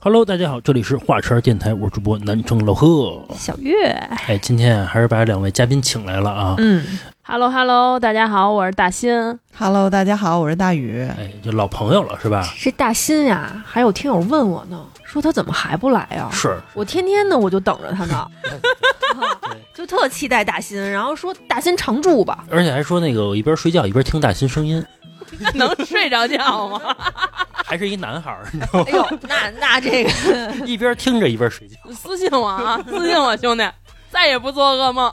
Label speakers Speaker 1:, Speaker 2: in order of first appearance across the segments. Speaker 1: Hello，大家好，这里是画圈电台，我是主播南城老贺。
Speaker 2: 小月，
Speaker 1: 哎，今天啊还是把两位嘉宾请来了啊。
Speaker 2: 嗯，
Speaker 3: Hello Hello，大家好，我是大新，
Speaker 4: Hello，大家好，我是大宇。
Speaker 1: 哎，就老朋友了是吧？
Speaker 3: 这大新呀，还有听友问我呢，说他怎么还不来呀？
Speaker 1: 是，
Speaker 3: 我天天呢我就等着他 呢，就特期待大新，然后说大新常驻吧，
Speaker 1: 而且还说那个我一边睡觉一边听大新声音，
Speaker 2: 能睡着觉吗？
Speaker 1: 还是一男孩儿，
Speaker 3: 哎呦，那那这个
Speaker 1: 一边听着一边睡觉。
Speaker 2: 私信我啊，私信我兄弟，再也不做噩梦。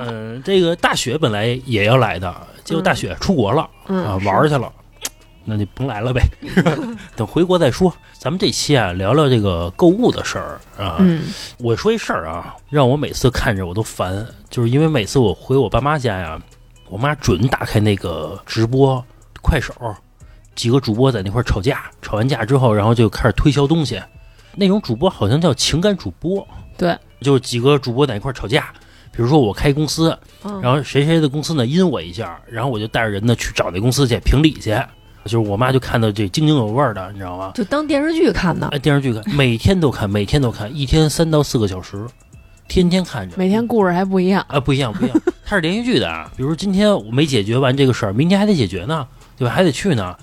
Speaker 1: 嗯，这个大雪本来也要来的，结果大雪出国了、
Speaker 3: 嗯
Speaker 1: 啊，玩儿去了，那就甭来了 呗， 等回国再说。咱们这期啊，聊聊这个购物的事儿啊。
Speaker 3: 嗯
Speaker 1: 我说一事儿啊，让我每次看着我都烦，就是因为每次我回我爸妈家呀，我妈准打开那个直播快手，几个主播在那块儿吵架，吵完架之后，然后就开始推销东西。那种主播好像叫情感主播，
Speaker 2: 对，
Speaker 1: 就是几个主播在一块儿吵架。比如说我开公司，
Speaker 3: 嗯
Speaker 1: 然后谁谁的公司呢阴我一下，然后我就带着人呢去找那公司去评理去，就是我妈就看到这津津有味儿的，你知道吗？
Speaker 3: 就当电视剧看
Speaker 2: 啊
Speaker 3: 呢，
Speaker 1: 哎，电视剧 看，每天都看，每天都看，一天三到四个小时，天天看着，
Speaker 2: 每天故事还不一样，
Speaker 1: 啊不一样不一样， 它是连续剧的啊。比如说今天我没解决完这个事儿，明天还得解决呢，对吧？还得去呢。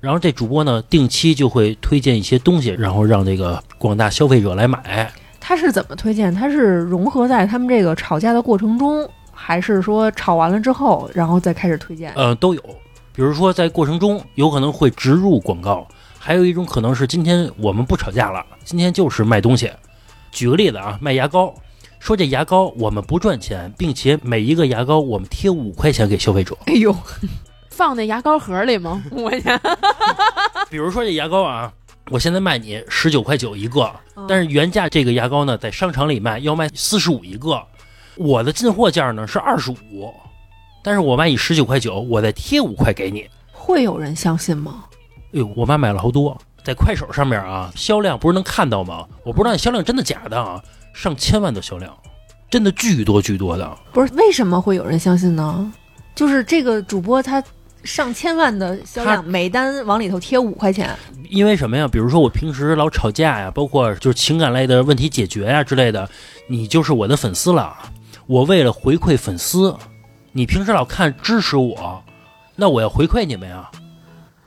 Speaker 1: 然后这主播呢，定期就会推荐一些东西，然后让这个广大消费者来买。
Speaker 3: 他是怎么推荐？他是融合在他们这个吵架的过程中，还是说吵完了之后，然后再开始推荐？
Speaker 1: 呃，都有。比如说在过程中有可能会植入广告，还有一种可能是今天我们不吵架了，今天就是卖东西。举个例子啊，卖牙膏，说这牙膏我们不赚钱，并且每一个牙膏我们贴五块钱给消费者。
Speaker 3: 哎呦，
Speaker 2: 放那牙膏盒里吗？我家
Speaker 1: 比如说这牙膏啊，我现在卖你十九块九一个，但
Speaker 3: 嗯
Speaker 1: 是原价这个牙膏呢，在商场里卖要卖四十五一个，我的进货价呢是二十五，但是我卖你十九块九，我再贴五块给你。
Speaker 3: 会有人相信吗？
Speaker 1: 哎呦，我妈买了好多，在快手上面啊，销量不是能看到吗？我不知道你销量真的假的啊，上千万的销量，真的巨多巨多的。啊
Speaker 3: 不是为什么会有人相信呢？就是这个主播他上千万的销量，每单往里头贴五块钱，
Speaker 1: 因为什么呀？比如说我平时老吵架呀，包括就是情感类的问题解决呀之类的，你就是我的粉丝了。我为了回馈粉丝，你平时老看支持我，那我要回馈你们呀。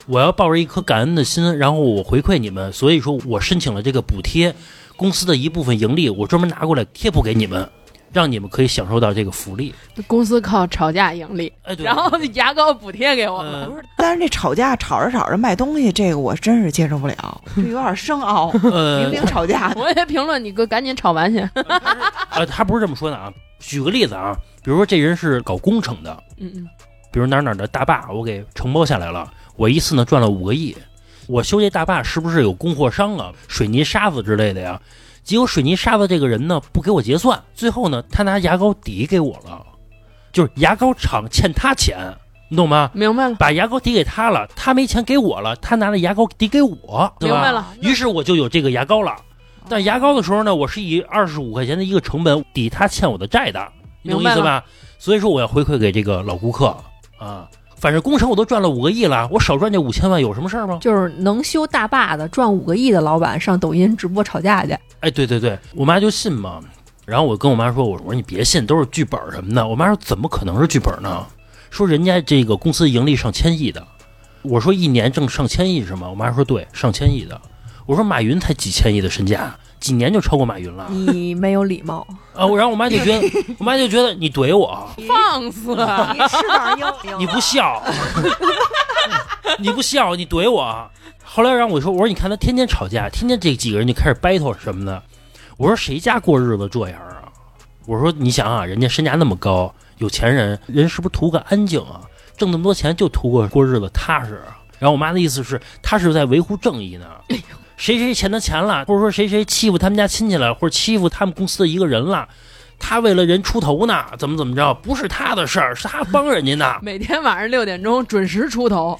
Speaker 1: 我要抱着一颗感恩的心，然后我回馈你们，所以说我申请了这个补贴，公司的一部分盈利，我专门拿过来贴补给你们，让你们可以享受到这个福利。
Speaker 2: 公司靠吵架盈利，嗯
Speaker 1: 哎，对，
Speaker 2: 然后牙膏补贴给我们。
Speaker 1: 呃
Speaker 4: 不是，但是这吵架吵着吵着卖东西，这个我真是接受不 了，这有点生凹。明
Speaker 1: 呃
Speaker 4: 明吵 架，
Speaker 2: 我也评论你哥，赶紧吵完去。
Speaker 1: 呃，他不是这么说的啊。举个例子啊，比如说这人是搞工程的，
Speaker 2: 嗯，
Speaker 1: 比如哪儿哪儿的大坝，我给承包下来了，我一次呢赚了五个亿。我修这大坝是不是有供货商啊？水泥沙子之类的呀？结果水泥沙子这个人呢不给我结算，最后呢他拿牙膏抵给我了，就是牙膏厂欠他钱，你懂吗？
Speaker 2: 明白了，
Speaker 1: 把牙膏抵给他了，他没钱给我了，他拿了牙膏抵给我，对
Speaker 2: 明
Speaker 1: 吧？
Speaker 2: 白了。哦
Speaker 1: 于是我就有这个牙膏了。但牙膏的时候呢，我是以二十五块钱的一个成本抵他欠我的债的，你懂意思
Speaker 2: 明白
Speaker 1: 吧？所以说我要回馈给这个老顾客啊。反正工程我都赚了五个亿了，我少赚这五千万有什么事儿吗？
Speaker 3: 就是能修大坝的赚五个亿的老板上抖音直播吵架 去，
Speaker 1: 哎，对对对，我妈就信嘛。然后我跟我妈说，我说你别信，都是剧本什么的。我妈说怎么可能是剧本呢？说人家这个公司盈利上千亿的。我说一年挣上千亿是吗？我妈说对，上千亿的。我说马云才几千亿的身价，几年就超过马云了。
Speaker 3: 你没有礼 貌，
Speaker 1: 啊，我然后我妈就觉得，我妈就觉得你怼我，
Speaker 2: 放肆！啊
Speaker 4: 你翅膀硬硬
Speaker 1: 你不笑， 你不笑，你怼我。后来让我说，我说你看他天天吵架，天天这几个人就开始 battle 什么的。我说谁家过日子这样啊？我说你想啊，人家身价那么高，有钱人，人是不是图个安静啊？挣那么多钱就图个过日子踏实啊。然后我妈的意思是，她是在维护正义呢。谁谁欠他钱了，或者说谁谁欺负他们家亲戚了，或者欺负他们公司的一个人了，他为了人出头呢，怎么怎么着？不是他的事儿，是他帮人家呢。
Speaker 2: 每天晚上六点钟准时出头，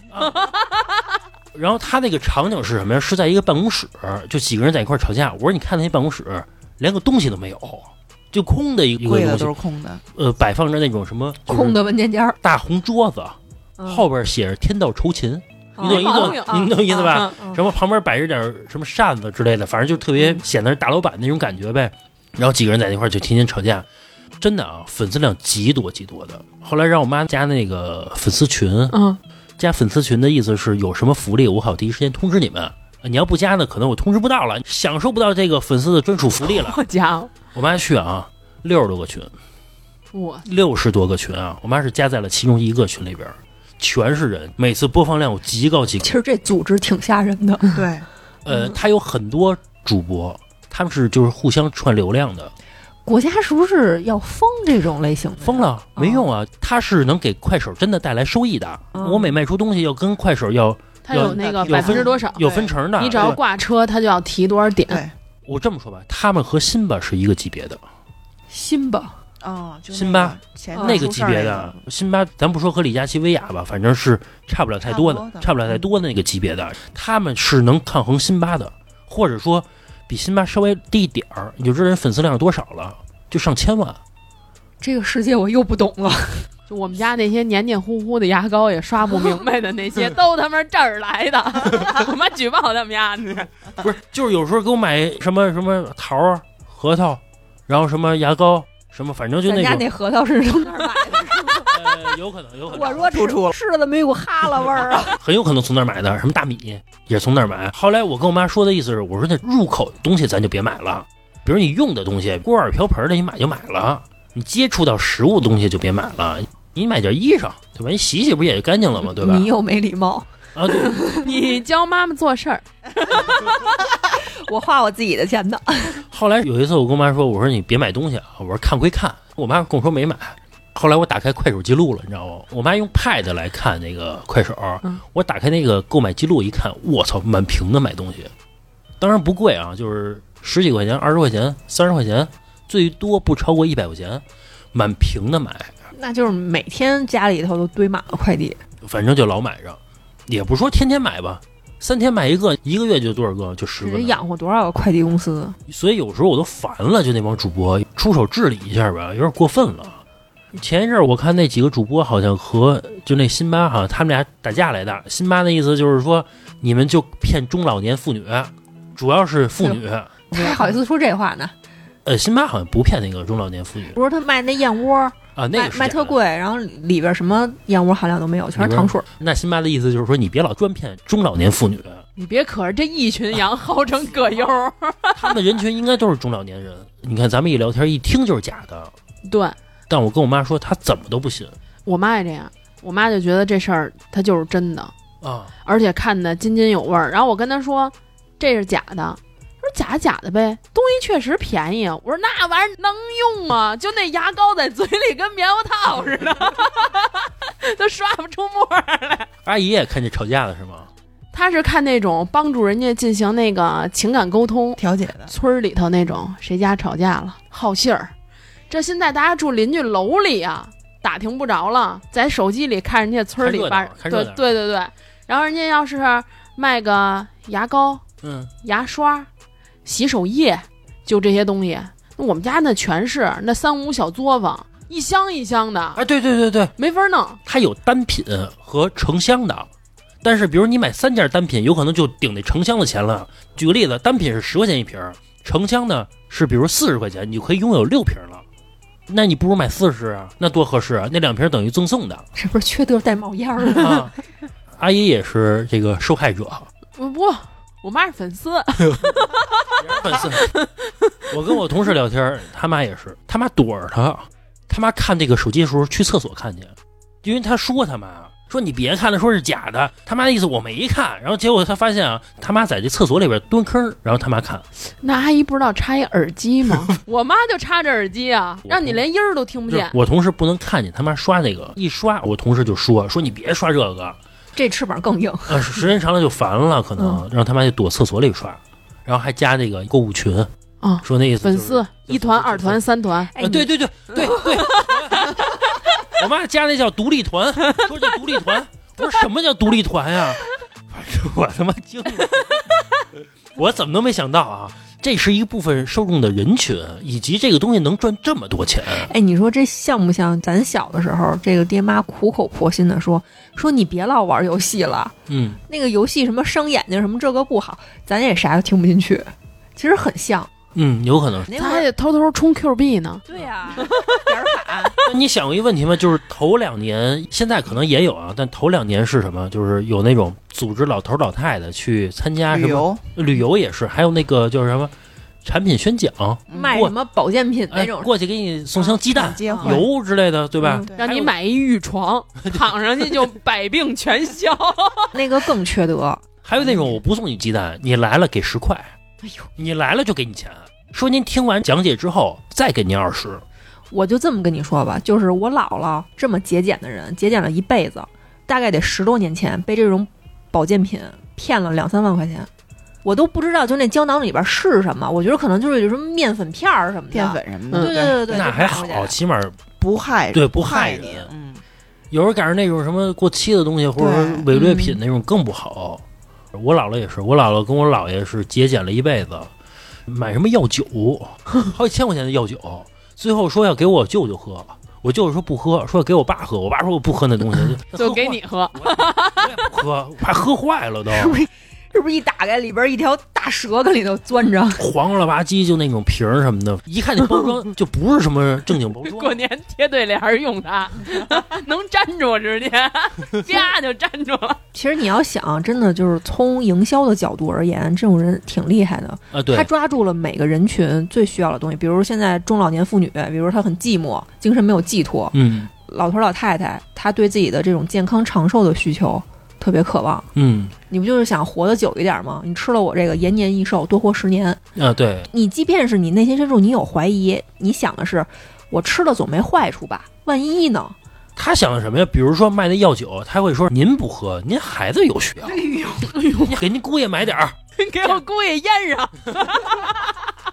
Speaker 1: 然后他那个场景是什么呀？是在一个办公室，就几个人在一块儿吵架。我说你看那办公室连个东西都没有，就空的一个
Speaker 4: 柜
Speaker 1: 东
Speaker 4: 子都
Speaker 1: 西，
Speaker 4: 是空的，
Speaker 1: 呃，摆放着那种什么就是
Speaker 3: 空的文件夹儿，
Speaker 1: 大红桌子，
Speaker 3: 嗯
Speaker 1: 后边写着“天道酬勤”。你懂你
Speaker 2: 毛
Speaker 1: 懂
Speaker 2: 病
Speaker 1: 你懂意思吧？
Speaker 2: 哦啊嗯
Speaker 3: 嗯
Speaker 1: 什么旁边摆着点儿什么扇子之类的，反正就特别显得是大老板那种感觉呗。然后几个人在那块儿就天天吵架，真的啊，粉丝量极多极多的。后来让我妈加那个粉丝群，
Speaker 2: 嗯，
Speaker 1: 加粉丝群的意思是有什么福利，我好第一时间通知你们。呃你要不加呢，可能我通知不到了，享受不到这个粉丝的专属福利了。
Speaker 2: 好家伙，
Speaker 1: 我妈去啊，六十多个群，
Speaker 2: 我
Speaker 1: 六十多个群啊，我妈是加在了其中一个群里边儿，全是人，每次播放量有极高极高
Speaker 3: 其。实这组织挺吓人的，
Speaker 4: 对，
Speaker 2: 嗯
Speaker 1: 呃，他有很多主播，他们是就是互相串流量的，
Speaker 2: 嗯
Speaker 3: 国家是不是要封这种类型的？
Speaker 1: 疯了
Speaker 2: 嗯
Speaker 1: 没用啊，他是能给快手真的带来收益的。
Speaker 3: 嗯
Speaker 1: 我每卖出东西要跟快手要
Speaker 2: 他
Speaker 1: 有
Speaker 2: 有那个
Speaker 1: 有
Speaker 2: 百分
Speaker 1: 分
Speaker 2: 之多少？
Speaker 1: 有分成的。
Speaker 2: 哦你只要
Speaker 1: 对吧
Speaker 2: 挂车，他就要提多少点。
Speaker 4: 对
Speaker 1: 我这么说吧，他们和辛巴是一个级别的，
Speaker 3: 辛巴，
Speaker 4: 哦，就
Speaker 1: 辛嗯巴
Speaker 4: 前
Speaker 3: 嗯
Speaker 1: 那
Speaker 4: 段
Speaker 1: 个
Speaker 4: 出
Speaker 1: 级
Speaker 4: 事儿
Speaker 1: 别
Speaker 4: 那
Speaker 1: 的辛巴，咱不说和李佳琦、薇娅吧，反正是差不了太多的
Speaker 4: 差不多，的嗯
Speaker 1: 差不了太多的那个级别的，他们是能抗衡辛巴的，或者说比辛巴稍微低一点儿，你就知道人粉丝量有多少了，就上千
Speaker 4: 啊
Speaker 1: 万。
Speaker 3: 这个世界我又不懂 了。
Speaker 2: 就我们家那些黏黏糊糊的牙膏也刷不明白的那 些，都他妈这儿来 的，我妈举报他们家。
Speaker 1: 不是，就是有时候给我买什么什么桃儿、核桃，然后什么牙膏，什么反正就
Speaker 3: 咱
Speaker 1: 那
Speaker 3: 家
Speaker 1: 种，
Speaker 3: 那核桃是从哪 儿买的？
Speaker 1: 呃，有可能，有可
Speaker 3: 我
Speaker 1: 能，
Speaker 3: 说
Speaker 4: 突出
Speaker 3: 吃
Speaker 4: 了
Speaker 3: 吃了怎么有股哈喇味儿 啊？
Speaker 1: 很有可能从那儿买的，什么大米也是从那儿买。后来我跟我妈说的意思是，我说那入口的东西咱就别买了，比如你用的东西，锅碗瓢盆的你买就买了，你接触到食物的东西就别买了。你买件衣裳，对吧？你洗洗不也就干净了吗？对吧？
Speaker 3: 你又没礼貌。
Speaker 1: 啊，对，
Speaker 2: 你教妈妈做事儿，
Speaker 3: 我花我自己的钱的。
Speaker 1: 后来有一次，我跟我妈说：“我说你别买东西啊，我说看归看。”我妈跟我说没买。后来我打开快手记录了，你知道吗？我妈用 Pad 来看那个快手，
Speaker 2: 嗯
Speaker 1: 我打开那个购买记录一看，我操，满屏的买东西，当然不贵啊，就是十几块钱、二十块钱、三十块钱，最多不超过一百块钱，满屏的买，
Speaker 3: 那就是每天家里头都堆满了快递，
Speaker 1: 反正就老买着，也不说天天买吧，三天买一个，一个月就多少个，就十
Speaker 3: 这
Speaker 1: 个
Speaker 3: 得
Speaker 1: 呢。
Speaker 3: 养活多少个快递 公司？
Speaker 1: 所以有时候我都烦了，就那帮主播出手治理一下吧，有点过分了。前一阵儿我看那几个主播好像和就那辛巴好像他们俩打架来的，辛巴的意思就是说你们就骗中老年妇女，主要是妇女。
Speaker 3: 他还好意思说这话呢？
Speaker 1: 呃，辛巴好像不骗那个中老年妇女
Speaker 3: 不是他卖那燕窝，
Speaker 1: 啊，那
Speaker 3: 卖
Speaker 1: 个是
Speaker 3: 卖
Speaker 1: 假
Speaker 3: 特
Speaker 1: 的。
Speaker 3: 贵，然后里边什么燕窝含量都没有，全是糖水。
Speaker 1: 那辛巴的意思就是说你别老专骗中老年 妇女，
Speaker 2: 你别可着这一群羊薅成葛优。
Speaker 1: 他们的人群应该都是中老年人。你看咱们一聊天一听就是假的，
Speaker 2: 对
Speaker 1: 但我跟我妈说她怎么都不信
Speaker 2: 我妈也这样，我妈就觉得这事儿它就是真的，
Speaker 1: 啊。
Speaker 2: 而且看的津津有味儿。然后我跟她说这是假的，她说假假的呗，东西确实便宜。我说那玩意儿能用吗？就那牙膏在嘴里跟棉花糖似的， 都刷不出沫儿。
Speaker 1: 阿姨也看见吵架了是吗？
Speaker 2: 她是看那种帮助人家进行那个情感沟通，
Speaker 4: 调解的，
Speaker 2: 村儿里头那种谁家吵架了好信儿，这现在大家住邻居楼里啊，打听不着了，在手机里看人家村儿里
Speaker 1: 看
Speaker 2: 发
Speaker 1: 热闹看热
Speaker 2: 对
Speaker 1: 闹
Speaker 2: 对对对，然后人家要是卖个牙膏、
Speaker 1: 嗯，
Speaker 2: 牙刷、洗手液，就这些东西，那我们家那全是那三五小作坊，一箱一箱的，
Speaker 1: 啊，对对对对，
Speaker 2: 没法弄。
Speaker 1: 它有单品和成箱的，但是比如你买三件单品，有可能就顶那成箱的钱了。举个例子，单品是十块钱一瓶儿，成箱呢是比如四十块钱，你就可以拥有六瓶了。那你不如买四十啊，那多合适啊！那两瓶等于赠送的
Speaker 3: 这不是缺德带冒烟 儿吗？
Speaker 1: 啊。阿姨也是这个受害者，
Speaker 2: 我不，我妈是粉丝，
Speaker 1: 也是粉丝。我跟我同事聊天儿，他妈也是，他妈躲着他，他妈看这个手机的时候去厕所看去，因为他说他妈啊说你别看了，说是假的，他妈的意思我没看，然后结果他发现啊，他妈在这厕所里边蹲坑儿，然后他妈看，
Speaker 2: 那阿姨不知道插一耳机吗？ 我妈就插着耳机啊，让你连音儿都听不
Speaker 1: 就是
Speaker 2: 见。
Speaker 1: 我同事不能看见他妈刷那个，一刷我同事就说说你别刷这个，
Speaker 3: 这翅膀更硬。
Speaker 1: 呃，时间长了就烦了，可
Speaker 2: 嗯
Speaker 1: 能让他妈就躲厕所里刷，然后还加那个购物群
Speaker 2: 啊
Speaker 1: 说那意思
Speaker 2: 粉
Speaker 1: 就是
Speaker 2: 丝一团、二团、三团，
Speaker 1: 啊，
Speaker 3: 哎，你
Speaker 1: 对对对对对，我妈加那叫独立团，说这独立团，我说什么叫独立团呀？反正我他妈惊了，我怎么都没想到啊，这是一部分受众的人群，以及这个东西能赚这么多钱，
Speaker 3: 哎，你说这像不像咱小的时候，这个爹妈苦口婆心的说说你别老玩游戏了，
Speaker 1: 嗯，
Speaker 3: 那个游戏什么伤眼睛什么这个不好，咱也啥都听不进去。其实很像，
Speaker 1: 嗯，有可能是。
Speaker 3: 那
Speaker 2: 他还得偷偷充 Q 币呢。
Speaker 3: 对 啊呀、
Speaker 1: 嗯
Speaker 3: 点儿卡，
Speaker 1: 那你想过一个问题吗？就是头两年，现在可能也有啊，但头两年是什么？就是有那种组织老头老太太去参加什么
Speaker 4: 旅游
Speaker 1: 旅游也是，还有那个就是什么产品宣讲，
Speaker 3: 卖什么保健品那
Speaker 1: 哎，
Speaker 3: 种，啊
Speaker 1: 过去给你送箱鸡蛋、
Speaker 4: 结婚
Speaker 1: 油之类的，对吧？
Speaker 3: 嗯
Speaker 2: 让你买一玉床，躺上去就百病全消。
Speaker 3: 那个更缺德。
Speaker 1: 还有那种我不送你鸡蛋，你来了给十块，
Speaker 3: 哎呦，
Speaker 1: 你来了就给你钱，说您听完讲解之后再给您二十。
Speaker 3: 我就这么跟你说吧，就是我姥姥这么节俭的人，节俭了一辈子，大概得十多年前被这种保健品骗了两三万块钱，我都不知道就那胶囊里边是什么，我觉得可能就是有什么面粉片儿什么的。
Speaker 4: 淀，粉嗯什么的，
Speaker 3: 对
Speaker 4: 对，
Speaker 3: 对对对，
Speaker 1: 那
Speaker 3: 就
Speaker 1: 还
Speaker 3: 买回
Speaker 1: 好，
Speaker 3: 去
Speaker 1: 起码
Speaker 4: 不害
Speaker 1: 嗯对
Speaker 4: 不
Speaker 1: 不害
Speaker 4: 你
Speaker 1: 人，
Speaker 4: 嗯，
Speaker 1: 有时候赶上那种什么过期的东西，或者说伪
Speaker 3: 嗯
Speaker 1: 劣品那种更不好。我姥姥也是，我姥姥跟我姥爷是节俭了一辈子，买什么药酒，好几千块钱的药酒，最后说要给我舅舅喝，我舅舅说不喝，说要给我爸喝，我爸说我不喝那东 西，
Speaker 2: 就给你喝，
Speaker 1: 我也不喝，我还喝坏了都，
Speaker 3: 是不是？是不是一打开里边一条大蛇跟里头钻着？
Speaker 1: 黄了吧唧就那种瓶儿什么的，一看那包装就不是什么正经包装。
Speaker 2: 过年贴对联儿用 它，能粘住直接，啪就粘住 了。
Speaker 3: 其实你要想，啊真的就是从营销的角度而言，这种人挺厉害的。
Speaker 1: 啊，对
Speaker 3: 他，抓住了每个人群最需要的东西，比如现在中老年妇女，比如她很寂寞，精神没有寄托；
Speaker 1: 嗯
Speaker 3: 老头儿老太太，他对自己的这种健康长寿的需求特别渴望。
Speaker 1: 嗯
Speaker 3: 你不就是想活得久一点吗？你吃了我这个延年益寿，多活十年。
Speaker 1: 啊，对，
Speaker 3: 你即便是你内心深处你有怀疑，你想的是我吃了总没坏处吧？万一呢？
Speaker 1: 他想的什么呀？比如说卖那药酒，他会说您不喝，您孩子有需要，给您姑爷买点儿，
Speaker 2: 给我姑爷腌 上，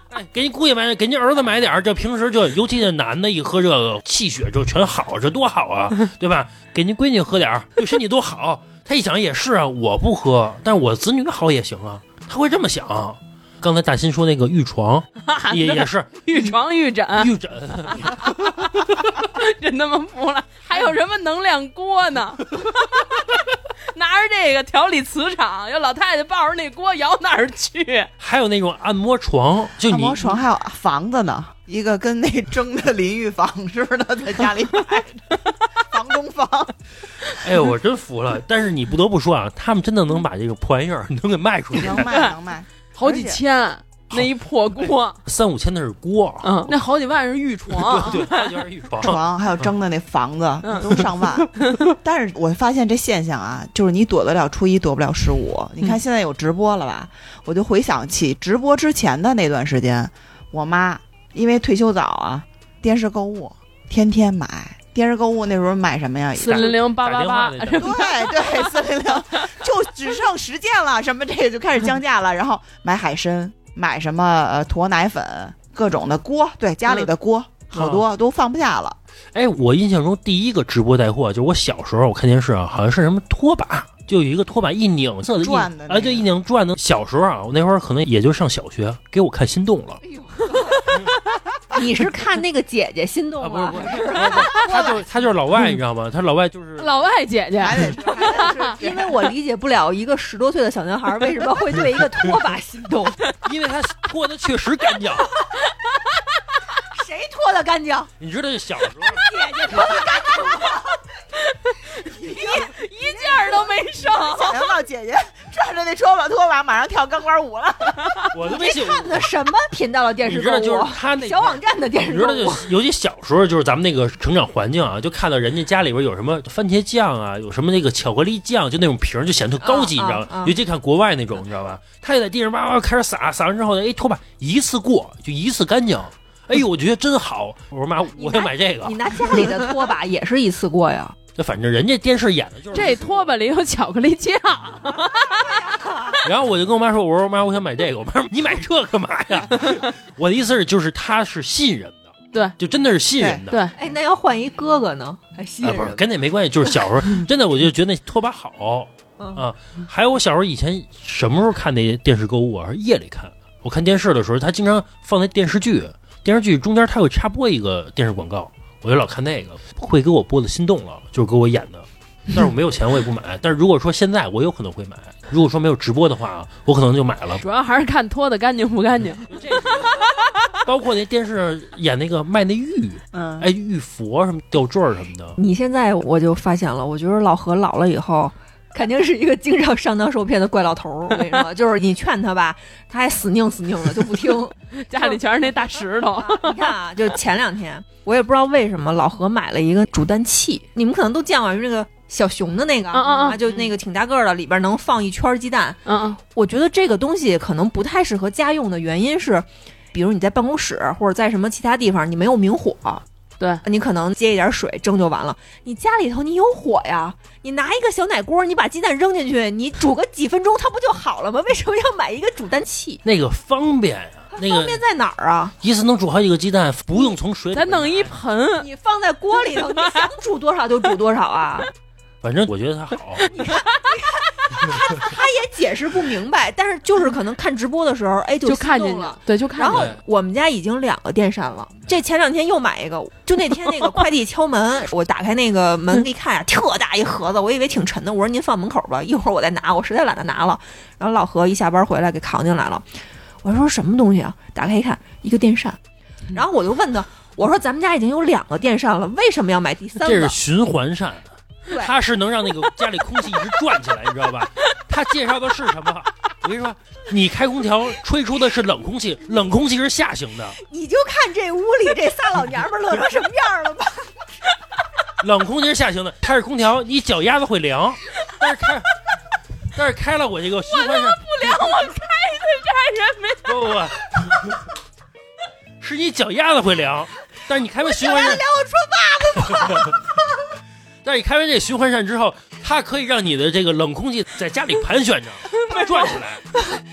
Speaker 1: 哎给您姑爷买点儿，给您儿子买点儿。这平时这，尤其这男的一喝这个，气血就全好，这多好啊，对吧？给您闺女喝点儿，对身体多好。他一想也是啊，我不喝，但是我子女好也行啊。他会这么想。啊刚才大新说那个玉床也也是
Speaker 2: 玉床玉枕，
Speaker 1: 玉枕，
Speaker 2: 真他妈服了！还有什么能量锅呢？ 拿着这个调理磁场，有老太太抱着那锅摇哪儿去？
Speaker 1: 还有那种按摩床，就
Speaker 4: 按
Speaker 1: 你
Speaker 4: 摩床还有房子呢，一个跟那蒸的淋浴房似的，在家里摆 着，房中房。
Speaker 1: 哎呦，我真服了。但是你不得不说啊，他们真的能把这个破玩意儿能给卖出去，
Speaker 4: 卖能卖，
Speaker 2: 好几千，那一破锅，
Speaker 1: 三五千那是锅，
Speaker 2: 嗯，那好几万是玉
Speaker 4: 哦
Speaker 2: 床，
Speaker 1: 对，它就是一床。
Speaker 4: 床还有蒸的那房子都上万。但是我发现这现象啊，就是你躲得了初一，躲不了十五。你看现在有直播了吧？我就回想起直播之前的那段时间，我妈因为退休早啊，电视购物天天买。电视购物那时候买什么呀？
Speaker 2: 四零零八八八
Speaker 1: 打，电话
Speaker 4: 对对，四零零就只剩十件了，什么这个就开始降价了，然后买海参，买什么呃鸵奶粉，各种的锅，对家里的锅、好多都放不下了。
Speaker 1: 哎，我印象中第一个直播带货就是我小时候，我看电视啊，好像是什么拖把，就有一个拖把一拧，色一
Speaker 4: 转的那
Speaker 1: 啊，
Speaker 4: 个
Speaker 1: 对，一拧转的。小时候啊，我那会儿可能也就上小学，给我看心动了
Speaker 3: 你是看那个姐姐心动
Speaker 1: 啊，不是
Speaker 3: 了？
Speaker 1: 不是，不是不是他就是他就是老外，你知道吗？他老外就是
Speaker 2: 老外姐 姐，
Speaker 4: 还得是还得是
Speaker 3: 因为我理解不了一个十多岁的小男孩为什么会对一个拖把心动，
Speaker 1: 因为他拖的确实干净，
Speaker 3: 谁拖的干净？
Speaker 1: 你知道就小时候。
Speaker 2: 一件儿都没剩。
Speaker 4: 想象到姐姐转着那拖把拖把，马上跳钢管舞了。
Speaker 1: 我都没
Speaker 3: 这
Speaker 1: 信。
Speaker 3: 看的什么频道的电
Speaker 1: 你
Speaker 3: 视
Speaker 1: 知
Speaker 3: 购
Speaker 1: 道就是
Speaker 3: 物？
Speaker 1: 他那
Speaker 3: 小网站的电
Speaker 1: 你
Speaker 3: 视
Speaker 1: 知
Speaker 3: 购
Speaker 1: 道就
Speaker 2: 啊
Speaker 3: 物，
Speaker 1: 尤其小时候，就是咱们那个成长环境啊，就看到人家家里边有什么番茄酱啊，有什么那个巧克力酱，就那种瓶儿，就显得特高级，
Speaker 3: 啊
Speaker 1: 你知道
Speaker 3: 啊
Speaker 1: 吗
Speaker 2: 嗯
Speaker 3: 啊？
Speaker 1: 尤其看国外那种，你知道吧？他也在地上哇哇开始撒，撒完之后呢，哎，拖把一次过，就一次干净。哎呦，我觉得真好！我说妈，我要买这个
Speaker 3: 你。拿家里的拖把也是一次过呀？
Speaker 1: 就反正人家电视演的就是
Speaker 2: 这拖把。里有巧克力酱，
Speaker 1: 然后我就跟我妈说：“我说妈，我想买这个。”我妈说：“你买这干嘛 呀？”我的意思是，就是他是信任的，
Speaker 2: 对，
Speaker 1: 就真的是信任的。
Speaker 2: 对，
Speaker 3: 哎，那要换一哥哥呢？还吸
Speaker 1: 啊，
Speaker 3: 引
Speaker 1: 不是
Speaker 3: 人。
Speaker 1: 跟那没关系，就是小 时候真的，我就觉得那拖把好
Speaker 3: 嗯
Speaker 1: 啊。还有我小时候以前什么时候看那电视购物啊？是夜里看，我看电视的时候，他经常放那电视剧，电视剧中间他会插播一个电视广告，我就老看那个，会给我播的心动了，就是给我演的。但是我没有钱，我也不买。但是如果说现在我有可能会买，如果说没有直播的话，啊我可能就买了。
Speaker 2: 主要还是看脱的干净不干净。
Speaker 1: 包括那电视上演那个卖那玉，
Speaker 4: 嗯，
Speaker 1: 哎，玉佛什么吊坠儿什么的，
Speaker 3: 你现在我就发现了，我觉得老何老了以后，肯定是一个经常上当受骗的怪老头儿。我跟你说， 就是你劝他吧，他还死拧死拧的就不听。
Speaker 2: 家里全是那大石头
Speaker 3: 啊。你看啊，就前两天，我也不知道为什么老何买了一个煮蛋器，你们可能都见过，就是那个小熊的那个，啊
Speaker 2: 嗯嗯嗯
Speaker 3: 就那个挺大个儿的，里边能放一圈鸡蛋。
Speaker 2: 嗯嗯，
Speaker 3: 我觉得这个东西可能不太适合家用的原因是，比如你在办公室或者在什么其他地方，你没有明火，
Speaker 2: 对，
Speaker 3: 你可能接一点水蒸就完了。你家里头你有火呀，你拿一个小奶锅，你把鸡蛋扔进去，你煮个几分钟，它不就好了吗？ 为什么要买一个煮蛋器？
Speaker 1: 那个方便呀、那
Speaker 3: 方
Speaker 1: 个
Speaker 3: 便在哪儿 啊？
Speaker 1: 一次能煮好几个鸡蛋，不用从水里。
Speaker 2: 咱弄一，盆，
Speaker 3: 你放在锅里 头，你想煮多少就煮多少啊！
Speaker 1: 反正我觉得它 好。
Speaker 3: 他也解释不明白，但是就是可能看直播的时候，哎，
Speaker 2: 就
Speaker 3: 心
Speaker 2: 看
Speaker 3: 动
Speaker 2: 见
Speaker 3: 了
Speaker 2: 了。，对，就看
Speaker 3: 然
Speaker 2: 见
Speaker 3: 后
Speaker 2: 了。
Speaker 1: 对
Speaker 3: 我们家已经两个电扇了，这前两天又买一个。就那天那个快递敲门，我打开那个
Speaker 1: 嗯
Speaker 3: 门一看，特大一盒子，我以为挺沉的，我说您放门口吧，一会儿我再拿，我实在懒得拿了。然后老何一下班回来给扛进来了，我说什么东西啊？打开一看，一个电扇，
Speaker 1: 嗯
Speaker 3: 然后我就问他，我说咱们家已经有两个电扇了，为什么要买第三
Speaker 1: 这是
Speaker 3: 个？
Speaker 1: 循环扇，
Speaker 3: 对
Speaker 1: 它是能让那个家里空气一直转起来，你知道 吧？它介绍的是什么？我跟你说，你开空调吹出的是冷空气，冷空气是下行的，
Speaker 3: 你就看这屋里这仨老娘们儿乐成什么样了吧？
Speaker 1: 冷空气是下行的。开着空调，你脚丫子会凉，但是开，但是开了我这个循环扇
Speaker 2: 不凉，我开的这人
Speaker 1: 不
Speaker 2: 没
Speaker 1: 不不，是你脚丫子会凉，但是你开完循环扇，凉我穿袜子 但是你开完这循环扇之后，它可以让你的这个冷空气在家里盘 旋着，转起来。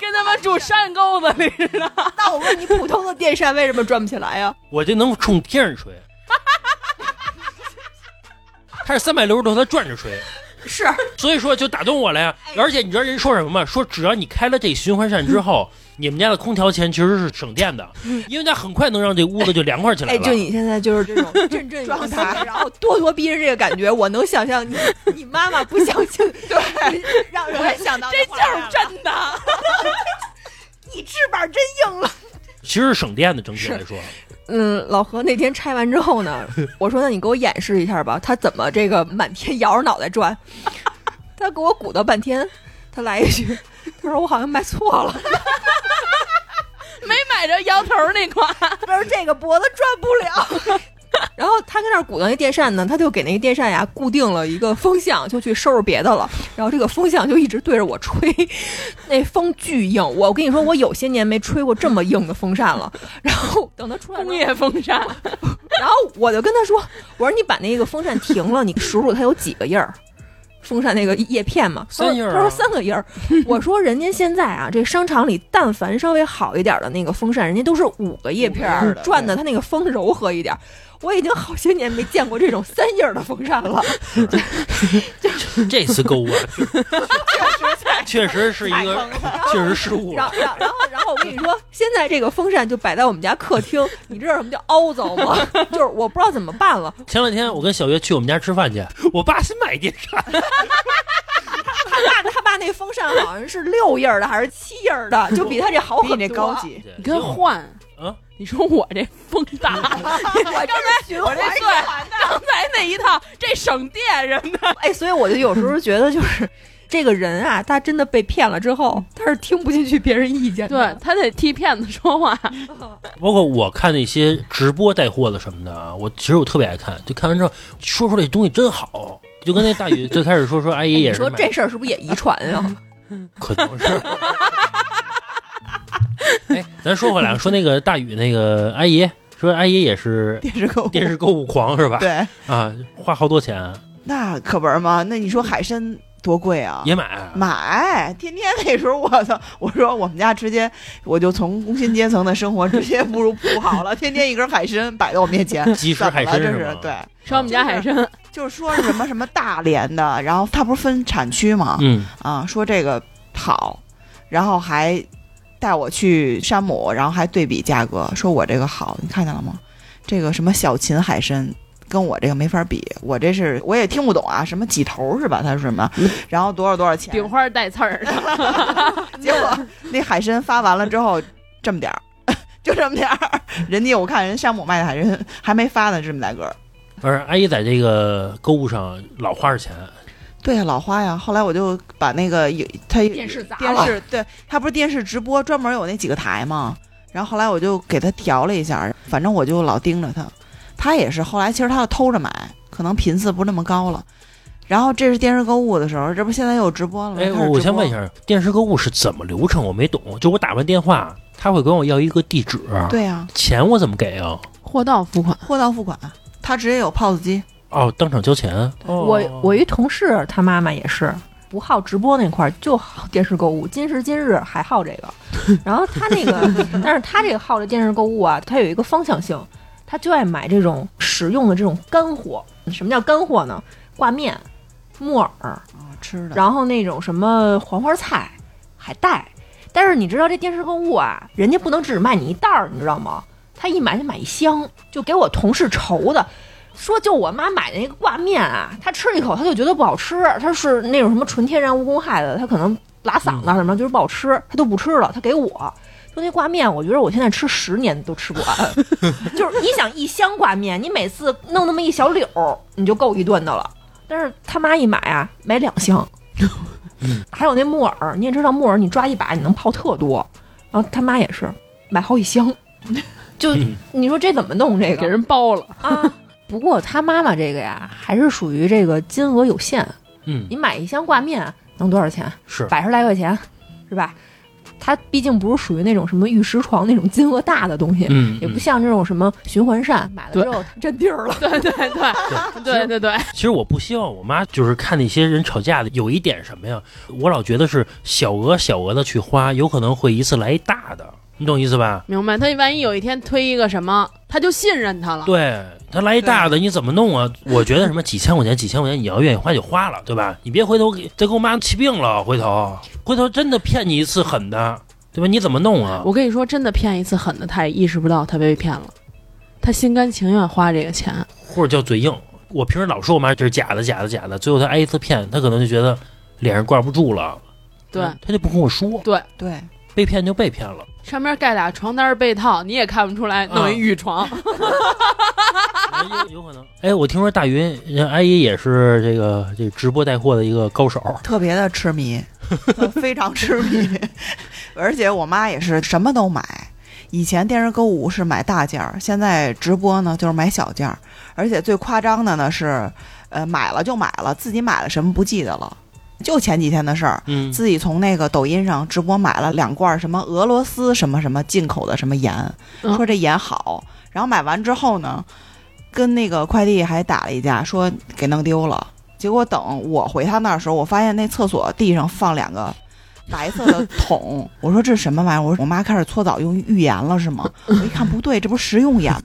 Speaker 2: 跟他们住山沟子里似 的。
Speaker 3: 那我问你，普通的电扇为什么转不起来呀、啊
Speaker 1: 我这能冲天上吹，它是三百六十度，它转着吹，
Speaker 3: 是
Speaker 1: 所以说就打动我了呀。
Speaker 3: 哎
Speaker 1: 而且你知道人说什么吗？说只要你开了这循环扇之后，你们家的空调钱其实是省电的，因为它很快能让这屋子就凉快起来
Speaker 3: 嗯哎，
Speaker 1: 了。
Speaker 3: 就你现在就是这种振振有词，然后 咄咄逼人这个感觉，我能想 象你你妈妈不相信， 对，让人想到
Speaker 2: 这
Speaker 3: 画
Speaker 2: 就是
Speaker 3: 面
Speaker 2: 真的，
Speaker 3: 你翅膀真硬了。
Speaker 1: 其实是省电的，整体来说。
Speaker 3: 嗯，老何那天拆完之后呢， 我说那你给我演示一下吧，他怎么这个满天摇着脑袋 转？他给我鼓捣半天，他来一句，他说我好像买错了，
Speaker 2: 没买着摇头那款。
Speaker 3: 不是这个脖子转不了。 然后他跟那儿鼓捣那电扇呢，他就给那个电扇呀固定了一个风向，就去收拾别的了。然后这个风向就一直对着我吹，那风巨硬。我跟你说，我有些年没吹过这么硬的风扇了。然后等他出来之后
Speaker 2: 工，业风扇，
Speaker 3: 然后我就跟他说：“我说你把那个风扇停了，你数数它有几个印儿。”风扇那个叶片嘛，他说
Speaker 1: 三印儿啊
Speaker 3: 他说三个印儿。我说人家现在啊，这商场里但凡稍微好一点的那个风扇，人家都是五个叶片
Speaker 4: 五个
Speaker 3: 儿
Speaker 4: 印儿的
Speaker 3: 转的，它那个风柔和一点儿。我已经好些年没见过这种三印儿的风扇了。
Speaker 1: 这次购物啊，确实是一个确实失误
Speaker 3: 然后，然后，然后，然后我跟你说，现在这个风扇就摆在我们家客厅，你知道什么叫凹糟吗？就是我不知道怎么办了。
Speaker 1: 前两天我跟小月去我们家吃饭去，我爸新买一电扇，
Speaker 3: 他爸他爸那风扇好像是六印儿的还是七印儿的，就比他这好很
Speaker 4: 比
Speaker 3: 多。
Speaker 4: 你这高级，
Speaker 2: 你跟换
Speaker 1: 啊。
Speaker 2: 你说我这风 大，
Speaker 3: 我这是循
Speaker 2: 我
Speaker 3: 环
Speaker 2: 这对，刚才那一套，这省电什么的，
Speaker 3: 哎，所以我就有时候觉得就是。这个人啊，他真的被骗了之后，他是听不进去别人意见
Speaker 2: 对
Speaker 3: 的。
Speaker 2: 他得替骗子说话。
Speaker 1: 包括我看那些直播带货的什么的啊，我其实我特别爱看，就看完之后说出来这东西真好，就跟那大宇最开始说说阿姨
Speaker 3: 你
Speaker 1: 也是
Speaker 3: 说
Speaker 1: 买，
Speaker 3: 这事儿是不是也遗传啊呀、
Speaker 1: 可能是。哎，咱说回来，说那个大宇那个阿姨，说阿姨也是
Speaker 4: 电视购物，
Speaker 1: 电视购物狂是吧？
Speaker 4: 对，
Speaker 1: 啊，花好多钱
Speaker 4: 那可不是吗？那你说海参多贵啊？
Speaker 1: 也买，
Speaker 4: 买，天天那时候我操，我说我们家直接我就从工薪阶层的生活直接步入富豪了，天天一根海参摆在我面前，
Speaker 1: 即食
Speaker 4: 怎么
Speaker 1: 海
Speaker 4: 了
Speaker 1: 参
Speaker 4: 这
Speaker 1: 吗
Speaker 4: 是？对，
Speaker 2: 说我们家海参，
Speaker 4: 就是说是什么什么大连的，然后它不是分产区吗？
Speaker 1: 嗯，
Speaker 4: 啊，说这个好，然后还带我去山姆，然后还对比价格，说我这个好，你看见了吗？这个什么小秦海参。跟我这个没法比，我这是我也听不懂啊，什么几头是吧？他说什么，然后多少多少钱？
Speaker 2: 饼花带刺儿的，
Speaker 4: 结果那海参发完了之后，这么点儿， 就这么点儿。人家我看人山姆卖的海参还没发呢，这么大个儿。
Speaker 1: 而阿姨在这个购物上老花着钱，
Speaker 4: 对呀、老花呀。后来我就把那个有他
Speaker 3: 电视砸
Speaker 4: 电
Speaker 3: 了，
Speaker 4: 视对他不是电视直播专门有那几个台嘛，然后后来我就给他调了一下，反正我就老盯着他。他也是后来其实他是偷着买，可能频次不那么高了。然后这是电视购物的时候，这不现在又有直播了吗？
Speaker 1: 哎，
Speaker 4: 开始
Speaker 1: 我我
Speaker 4: 直
Speaker 1: 先
Speaker 4: 播
Speaker 1: 问一，下，电视购物是怎么流程？我没懂。就我打完电话，他会管我要一个地址，
Speaker 4: 对呀、
Speaker 1: 钱我怎么给啊？
Speaker 2: 货到付款。
Speaker 4: 货到付款，他直接有 POS 机。
Speaker 1: 哦，当场交钱。哦、
Speaker 3: 我我一同事他妈妈也是不好直播那块儿，就好电视购物。今时今日还好这个，然后他那个，但是他这个好的电视购物啊，它有一个方向性，他就爱买这种实用的这种干货。什么叫干货呢？挂面、木耳，
Speaker 4: 啊，吃的，
Speaker 3: 然后那种什么黄花菜、海带。但是你知道这电视购物啊，人家不能只卖你一袋儿，你知道吗？他一买就买一箱，就给我同事愁的，说就我妈买的那个挂面啊，她吃一口她就觉得不好吃，她是那种什么纯天然无公害的，她可能拉嗓子什么，就是不好吃，她都不吃了，她给我。就那挂面，我觉得我现在吃十年都吃不完。就是你想一箱挂面，你每次弄那么一小绺儿，你就够一顿的了。但是他妈一买啊，买两箱，还有那木耳，你也知道木耳，你抓一把你能泡特多。然后他妈也是买好几箱， 就
Speaker 1: 嗯
Speaker 3: 你说这怎么弄这个？
Speaker 2: 给人包了，
Speaker 3: 啊。 不过他妈妈这个呀，还是属于这个金额有限。
Speaker 1: 嗯
Speaker 3: 你买一箱挂面能多少钱？
Speaker 1: 是
Speaker 3: 百十来块钱，是吧？它毕竟不是属于那种什么玉石床那种金额大的东西，
Speaker 1: 嗯，
Speaker 3: 也不
Speaker 1: 嗯
Speaker 3: 像这种什么循环扇，买了之后它占 地儿了。
Speaker 2: 对对 对对对对，
Speaker 1: 其实我不希望我妈就是看那些人吵架的，有一点什么呀？我老觉得是小额小额的去花，有可能会一次来一大的，你懂意思吧？
Speaker 2: 明白。他万一有一天推一个什么，他就信任
Speaker 3: 啊
Speaker 2: 他了。
Speaker 1: 对他来一大的，你怎么弄 啊？我觉得什么几千块钱，几千块钱，你要愿意花就花了，对吧？你别回头给再给我妈气病了，回头回头真的骗你一次狠的，对吧？你怎么弄啊？
Speaker 2: 我跟你说，真的骗一次狠的，他也意识不到他被骗了，他心甘情愿花这个钱。
Speaker 1: 或者叫嘴硬。我平时老说我妈这是假的，假的，假的，最后她挨一次骗，她可能就觉得脸上挂不住了，
Speaker 2: 对，
Speaker 1: 她就不跟我说，
Speaker 4: 对，
Speaker 1: 被骗就被骗 了。
Speaker 2: 上面盖俩床单被套，你也看不出来，弄一
Speaker 1: 嗯
Speaker 2: 玉床。
Speaker 1: 有有可能。哎，我听说大云人阿姨也是这个这直播带货的一个高手，
Speaker 4: 特别的痴迷，非常痴迷。而且我妈也是什么都买。以前电视购物是买大件儿，现在直播呢就是买小件儿。而且最夸张的呢是，呃，买了就买了，自己买了什么不记得了。就前几天的事儿，
Speaker 1: 嗯
Speaker 4: 自己从那个抖音上直播买了两罐什么俄罗斯什么什么进口的什么盐，
Speaker 2: 嗯
Speaker 4: 说这盐好。然后买完之后呢，跟那个快递还打了一架，说给弄丢了。结果等我回他那儿的时候，我发现那厕所地上放两个白色的桶， 我说这是什么玩意儿？我说我妈开始搓澡用浴盐了是吗？我一看不对，这不是食用盐吗？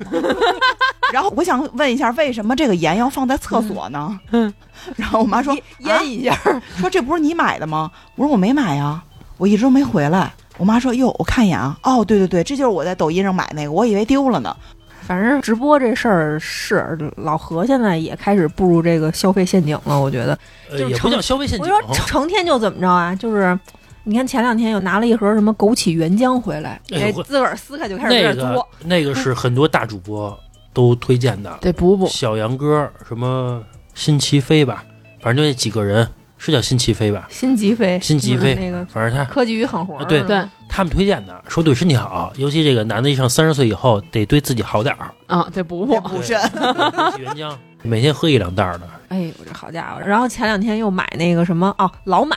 Speaker 4: 然后我想问一下，为什么这个盐要放在厕所呢？ 然后我妈说啊
Speaker 3: 腌一
Speaker 1: 啊
Speaker 3: 下，
Speaker 4: 说这不是你买的吗？我说我没买呀，我一直都没回来。我妈说哟，我看一眼啊，哦，对对对，这就是我在抖音上买那个，我以为丢了呢。
Speaker 3: 反正直播这事儿是老何现在也开始步入这个消费陷阱了，我觉得。
Speaker 1: 呃
Speaker 3: 就是
Speaker 1: 也不
Speaker 3: 成
Speaker 1: 叫消费陷
Speaker 3: 我
Speaker 1: 阱
Speaker 3: 就，说成天就怎么着啊，就是。你看前两天又拿了一盒什么枸杞原浆回来，
Speaker 1: 哎
Speaker 3: 哎
Speaker 1: 我，
Speaker 3: 自个儿撕开就开始有
Speaker 1: 那
Speaker 3: 点嘬
Speaker 1: 个。那个是很多大主播都推荐的，
Speaker 2: 得补
Speaker 3: 嗯
Speaker 2: 补，
Speaker 1: 小杨哥什么辛齐飞吧，反正就那几个人是叫辛齐飞吧，
Speaker 3: 辛吉飞，
Speaker 1: 辛吉飞
Speaker 3: 嗯那个
Speaker 1: 反正他
Speaker 3: 科技与狠活
Speaker 1: 啊
Speaker 3: 儿，
Speaker 1: 对
Speaker 3: 是吧
Speaker 2: 对
Speaker 1: 他们推荐的说对身体好，尤其这个男的一上三十岁以后得对自己好点 儿，
Speaker 2: 啊，得补补。
Speaker 4: 补
Speaker 1: 对
Speaker 4: 肾，
Speaker 1: 枸杞原浆每天喝一两袋儿的，
Speaker 3: 哎呦，这好家伙！然后前两天又买那个什么哦，老买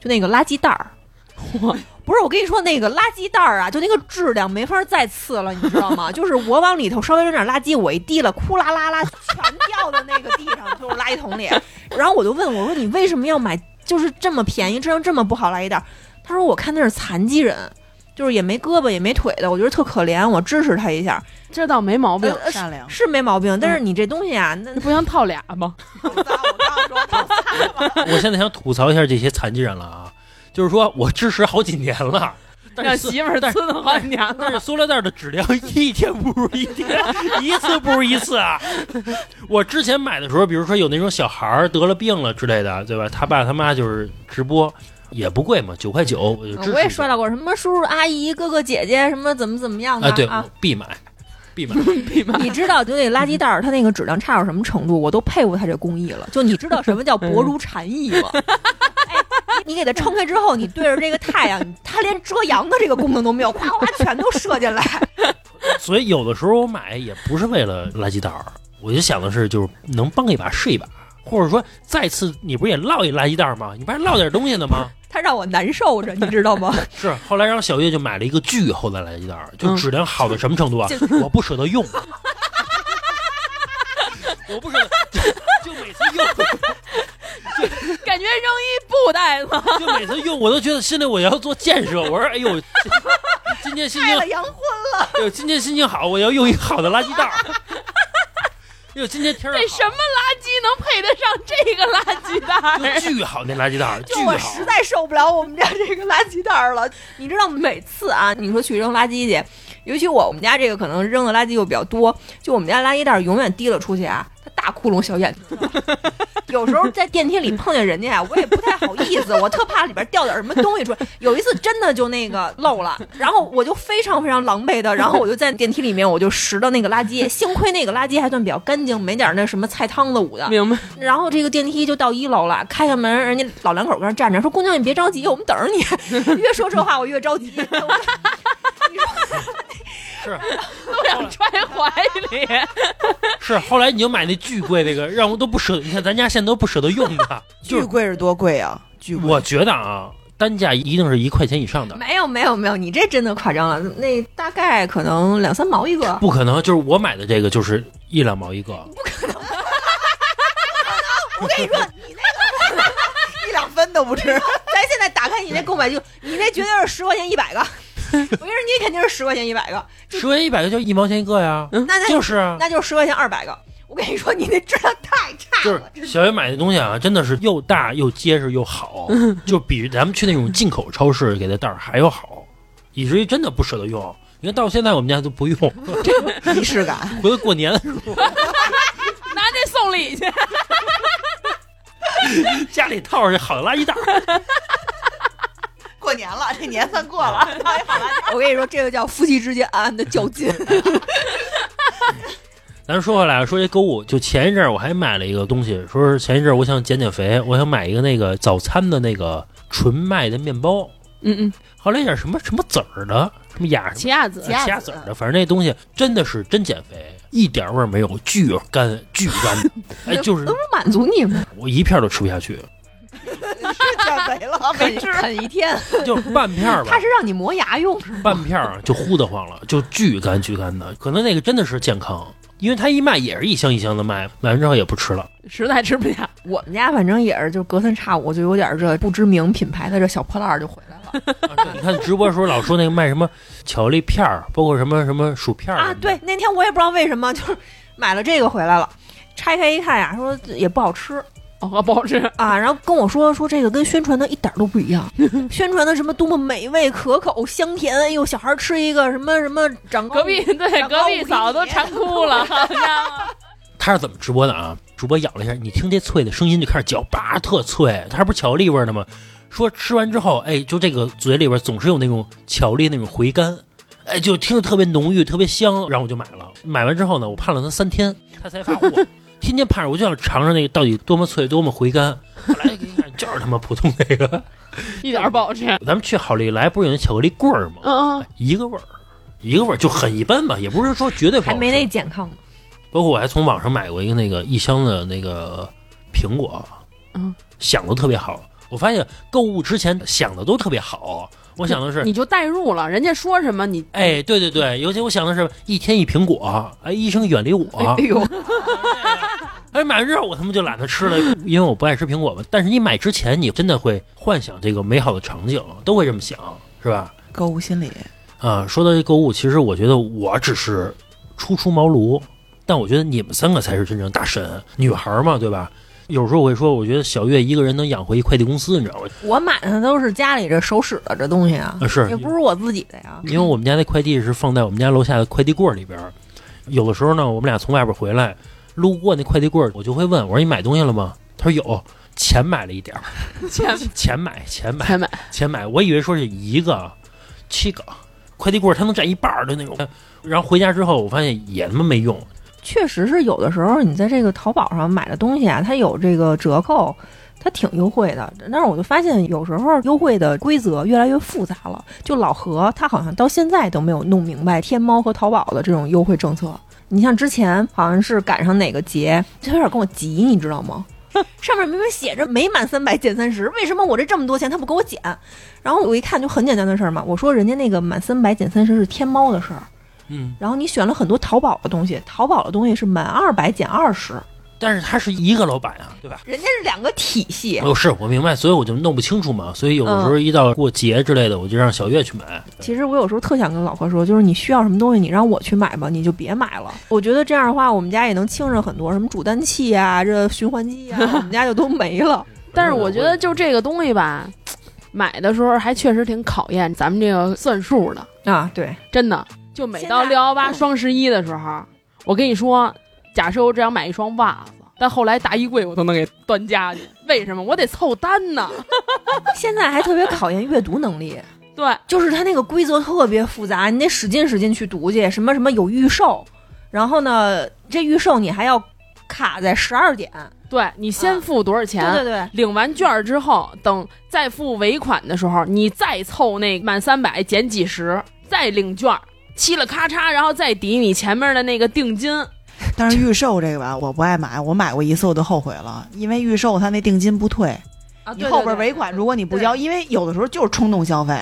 Speaker 3: 就那个垃圾袋 儿。不是，我跟你说，那个垃圾袋儿啊，就那个质量没法再次了，你知道 吗？就是我往里头稍微扔点垃圾，我一滴了，哭啦啦啦全掉到那个地上，就是垃圾桶里。然后我就问我说：“你为什么要买？就是这么便宜，质量这么不好垃圾袋儿？”他说：“我看那是残疾人，就是也没胳膊也没腿的，我觉得特可怜，我支持他一下，
Speaker 2: 这倒没毛病，
Speaker 3: 呃
Speaker 4: 善良。
Speaker 3: 是没毛病。但是你这东西啊，那
Speaker 2: 这不像套俩 吗？
Speaker 4: 我刚说的
Speaker 1: 我现在想吐槽一下这些残疾人了啊，就是说我支持好几年了，但
Speaker 2: 让
Speaker 1: 是
Speaker 2: 媳妇儿
Speaker 1: 但是
Speaker 2: 呲的好几年
Speaker 1: 但
Speaker 2: 了。
Speaker 1: 是塑料袋的质量 一天不如一天，一次不如一次啊！ 我之前买的时候，比如说有那种小孩儿得了病了之类的，对吧？他爸他妈就是直播，也不贵嘛，九块九，我就支持。
Speaker 3: 嗯我也刷到过什么叔叔阿姨、哥哥姐姐什么怎么怎么样的
Speaker 1: 啊，对，
Speaker 3: 啊
Speaker 1: 我必买，必买。
Speaker 3: 你知道，就那个垃圾袋儿，它那个质量差到什么程度，我都佩服它这工艺了。就你知道什么叫薄如蝉翼 了。哎你你给它撑开之后，你对着这个太阳，它连遮阳的这个功能都没有，哗哗全都射进来。
Speaker 1: 所以有的时候我买也不是为了垃圾袋儿，我就想的是就是能帮一把是一把，或者说再次你不是也落一垃圾袋儿吗？你不还落点东西呢吗？
Speaker 3: 它让我难受着，你知道 吗？
Speaker 1: 是，后来让小月就买了一个巨厚的垃圾袋儿，
Speaker 3: 嗯
Speaker 1: 就质量好到什么程度啊？我不舍得用，我不舍得，就就每次用，
Speaker 2: 感觉扔一布袋 子，
Speaker 1: 就每次用，我都觉得心里我要做建设。我说，哎呦，今天心
Speaker 3: 开
Speaker 1: 情
Speaker 3: 了洋荤了，
Speaker 1: 哎呦，今天心情好，我要用一好的垃圾袋儿。哎呦，今天天儿
Speaker 2: 这
Speaker 1: 好
Speaker 2: 什么垃圾能配得上这个垃圾 袋
Speaker 1: 就
Speaker 2: 儿？
Speaker 1: 巨好那垃圾袋儿，巨
Speaker 3: 就
Speaker 1: 好
Speaker 3: 我。实在受不了我们家这个垃圾袋儿了。你知道，每次啊，你说去扔垃圾去，尤其我们家这个可能扔的垃圾又比较多，就我们家垃圾袋儿永远提了出去啊，它大窟窿小眼睛。有时候在电梯里碰见人家啊，我也不太好意思，我特怕里边掉点什么东西出来。有一次真的就那个漏了，然后我就非常非常狼狈的，然后我就在电梯里面我就拾到那个垃圾，幸亏那个垃圾还算比较干净，没点儿那什么菜汤子捂的。
Speaker 2: 明白？
Speaker 3: 然后这个电梯就到一楼了，开开门，人家老两口搁那站着，说：“姑娘，你别着急，我们等着你。” 越说这话，我越着急。
Speaker 1: 是
Speaker 2: 都想揣怀 里。
Speaker 1: 是，后来你就买那巨贵那个，让我都不舍得。你看咱家现在都不舍得用它，就
Speaker 4: 巨
Speaker 1: 是
Speaker 4: 贵是多贵啊？巨贵！
Speaker 1: 我觉得啊，单价一定是一块钱以上的，
Speaker 3: 没有，没有，没有，你这真的夸张了。那大概可能两三毛 一个，
Speaker 1: 不可能。就是我买的这个就是一两毛一个，
Speaker 4: 一两分都不值。
Speaker 3: 咱现在打开你那购买记录，你那绝对是十块钱一百 个。我跟你说，你肯定是十块钱一百个，
Speaker 1: 十块钱一百个就一毛钱一个呀，
Speaker 3: 那那
Speaker 1: 就是啊。
Speaker 3: 那嗯就是十块钱二百个。我跟你说，你那质量太 差
Speaker 1: 就是
Speaker 3: 了。
Speaker 1: 小月买的东西啊，真的是又大又结实又 好，就比咱们去那种进口超市给的袋儿还要好，以至于真的不舍得用。你看到现在我们家都不用，
Speaker 4: 仪式感。
Speaker 1: 回头过年的时
Speaker 2: 拿这送礼去，
Speaker 1: 候 家里套着好的垃圾袋儿，
Speaker 4: 过年了，这年算过了。
Speaker 3: 我跟你说，这个叫夫妻之间暗暗的较 劲。
Speaker 1: 咱说回来啊，说这购物，就前一阵儿我还买了一个东西，说是前一阵儿我想减减肥，我想买一个那个早餐的那个纯麦的面包，
Speaker 2: 嗯嗯，
Speaker 1: 后来有点什么什么籽儿的，什么雅什
Speaker 2: 奇亚籽
Speaker 1: 么奇亚籽呃儿的，反正那东西真的是真减肥，一点味儿没有，巨干巨 干，哎，就是
Speaker 3: 能满足你吗？
Speaker 1: 我一片儿都吃不下去，
Speaker 4: 减肥了，
Speaker 3: 啃啃一天，
Speaker 1: 就是半片 儿吧
Speaker 3: 嗯它，是让你磨牙用是吗？
Speaker 1: 半片儿就糊得慌了，就巨干巨干的，可能那个真的是健康，因为它一卖也是一箱一箱的卖，买完之后也不吃了。
Speaker 2: 实在吃不下。
Speaker 3: 我们家反正也是，就隔三差五就有点这不知名品牌的这小破烂儿就回来了
Speaker 1: 啊你看直播的时候老说那个卖什么巧克力片儿，包括什么什么薯片儿
Speaker 3: 啊！对，，那天我也不知道为什么，就是买了这个回来了，拆开一看呀、说也不好吃
Speaker 2: 哦，不好 吃，
Speaker 3: 啊，然后跟我说说这个跟宣传的一点儿都不一 样，宣传的什么多么美味可口香甜，哎呦，小孩儿吃一个什么什么长高
Speaker 2: 隔壁对
Speaker 3: 长高
Speaker 2: 隔壁嫂
Speaker 3: 五
Speaker 2: 都
Speaker 3: 厘米
Speaker 2: 馋哭了， 好像
Speaker 1: 他是怎么直播的啊？主播咬了一下，你听这脆的声音就开始嚼，叭特脆，它不是巧克力味儿的吗？说吃完之后，哎，就这个嘴里边总是有那种巧克力那种回甘，哎，就听着特别浓郁，特别香，然后我就买了。买完之后呢，我盼了它三天，它才发货， 天天盼着，我就想尝尝那个到底多么脆，多么回甘。后来一看，就是他妈普通那 个。
Speaker 2: 一点儿不好吃。
Speaker 1: 咱们去好利来不是有那巧克力棍儿吗？
Speaker 2: 嗯，
Speaker 1: 一个味儿，一个味儿就很一般吧，也不是说绝对不好
Speaker 3: 还
Speaker 1: 吃
Speaker 3: 没那健康呢。
Speaker 1: 包括我还从网上买过一个那个一箱的那个苹果，
Speaker 2: 嗯，
Speaker 1: 想的特别好。我发现购物之前想的都特别好，我想的是，
Speaker 2: 你就代入了，人家说什么 你
Speaker 1: 哎，对对对，尤其我想的是一天一苹果，哎，医生远离我。
Speaker 3: 哎呦，
Speaker 1: 哎，买完之后我他妈就懒得吃了， 因为我不爱吃苹果嘛。但是你买之前，你真的会幻想这个美好的场景，都会这么想，是吧？
Speaker 4: 购物心理，
Speaker 1: 啊，说到这购物，其实我觉得我只是初出茅庐，但我觉得你们三个才是真正大神，女孩儿嘛，对吧？有时候我会说，我觉得小月一个人能养活一快递公司，你知道吗？
Speaker 3: 我买的都是家里这手使的这东西啊，
Speaker 1: 啊，是
Speaker 3: 也不是我自己的呀。
Speaker 1: 因为我们家那快递是放在我们家楼下的快递柜儿里边儿。有的时候呢，我们俩从外边回来，路过那快递柜儿，我就会问我说：“你买东西了吗？”他说：“有，钱买了一点儿，
Speaker 2: 钱
Speaker 1: 钱买，钱 买，
Speaker 2: 钱买，
Speaker 1: 钱买。”我以为说是一个、七个快递柜儿，它能占一半儿的那种。然后回家之后，我发现也他妈没用。
Speaker 3: 确实是有的时候你在这个淘宝上买的东西啊，它有这个折扣，它挺优惠的。但是我就发现有时候优惠的规则越来越复杂了。就老何他好像到现在都没有弄明白天猫和淘宝的这种优惠政策。你像之前好像是赶上哪个节，他有点跟我急，你知道吗？ 上面明明写着每满三百减三十，为什么我这这么多钱他不给我减？然后我一看就很简单的事儿嘛，我说人家那个满三百减三十是天猫的事儿，
Speaker 1: 嗯，
Speaker 3: 然后你选了很多淘宝的东西，淘宝的东西是满二百减二十，
Speaker 1: 但是他是一个老板啊，
Speaker 2: 嗯
Speaker 1: 对吧？
Speaker 3: 人家是两个体系。
Speaker 1: 哦，是我明白，所以我就弄不清楚嘛。所以有的时
Speaker 2: 嗯
Speaker 1: 候一到过节之类的，我就让小月去买。
Speaker 3: 其实我有时候特想跟老何说，就是你需要什么东西，你让我去买吧，你就别买了。我觉得这样的话，我们家也能轻省很多，什么煮蛋器啊，这循环机啊，我们家就都没了。
Speaker 2: 但是我觉得就这个东西吧，买的时候还确实挺考验咱们这个算数的，
Speaker 3: 啊，对，
Speaker 2: 真的。就每到
Speaker 3: 现在
Speaker 2: 六幺八、双十一的时候，我跟你说，假设我只想买一双袜子，但后来大衣柜我都能给端家去，为什么？我得凑单呢。
Speaker 3: 现在还特别考验阅读能力，
Speaker 2: 对，
Speaker 3: 就是它那个规则特别复杂，你得使劲使劲去读去，什么什么有预售，然后呢，这预售你还要卡在十二点。
Speaker 2: 对你先
Speaker 3: 啊
Speaker 2: 付多少钱？
Speaker 3: 对对对，
Speaker 2: 领完券儿之后，等再付尾款的时候，你再凑那满三百减几十，再领券儿，嘁了咔嚓，然后再抵你前面的那个定金。
Speaker 4: 但是预售这个吧，我不爱买，我买过一次我就后悔了，因为预售它那定金不退，
Speaker 2: 啊，
Speaker 4: 你后边尾款如果你不交，因为有的时候就是冲动消费，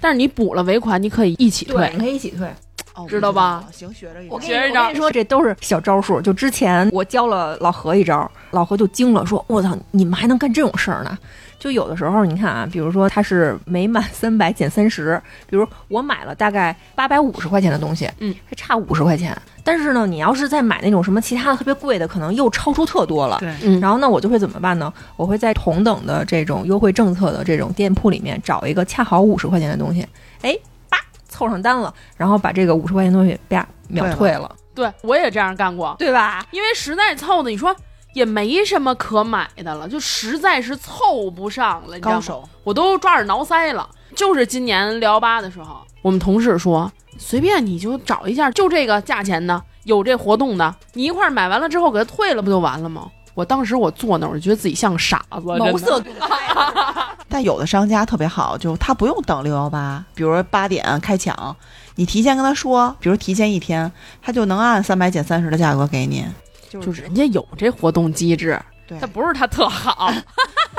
Speaker 2: 但是你补了尾款，你可以一起退
Speaker 3: 你。可以一起退。
Speaker 4: 哦
Speaker 2: 知道吧？
Speaker 4: 我行，学着一
Speaker 3: 我跟
Speaker 4: 点。
Speaker 3: 你
Speaker 2: 学一
Speaker 3: 我
Speaker 2: 招
Speaker 3: 跟你说，这都是小招数。就之前我教了老何一招，老何就惊了，说：“我操，你们还能干这种事儿呢？”就有的时候，你看啊，比如说他是每满三百减三十，比如我买了大概八百五十块钱的东西，
Speaker 2: 嗯，
Speaker 3: 还差五十块钱。但是呢，你要是再买那种什么其他的特别贵的，可能又超出特多了。
Speaker 4: 对
Speaker 2: 嗯
Speaker 3: 然后呢，我就会怎么办呢？我会在同等的这种优惠政策的这种店铺里面找一个恰好五十块钱的东西，哎，叭凑上单了，然后把这个五十块钱的东西啪秒退了，
Speaker 2: 对我也这样干过，
Speaker 3: 对吧？
Speaker 2: 因为实在凑的，你说也没什么可买的了，就实在是凑不上了，你知道
Speaker 4: 高
Speaker 2: 吗？
Speaker 4: 手，
Speaker 2: 我都抓耳挠腮了。就是今年六幺八的时候，我们同事说，随便你就找一下，就这个价钱的，有这活动的，你一块儿买完了之后给它退了，不就完了吗？我当时我坐那儿，我觉得自己像傻 子，
Speaker 3: 茅
Speaker 2: 真的
Speaker 3: 塞顿开。
Speaker 4: 但有的商家特别好，就是他不用等六幺八，比如说八点开抢，你提前跟他说，比如提前一天，他就能按三百减三十的价格给你。就
Speaker 2: 就是人家有这活动机制，
Speaker 4: 对，
Speaker 2: 它不是它特好。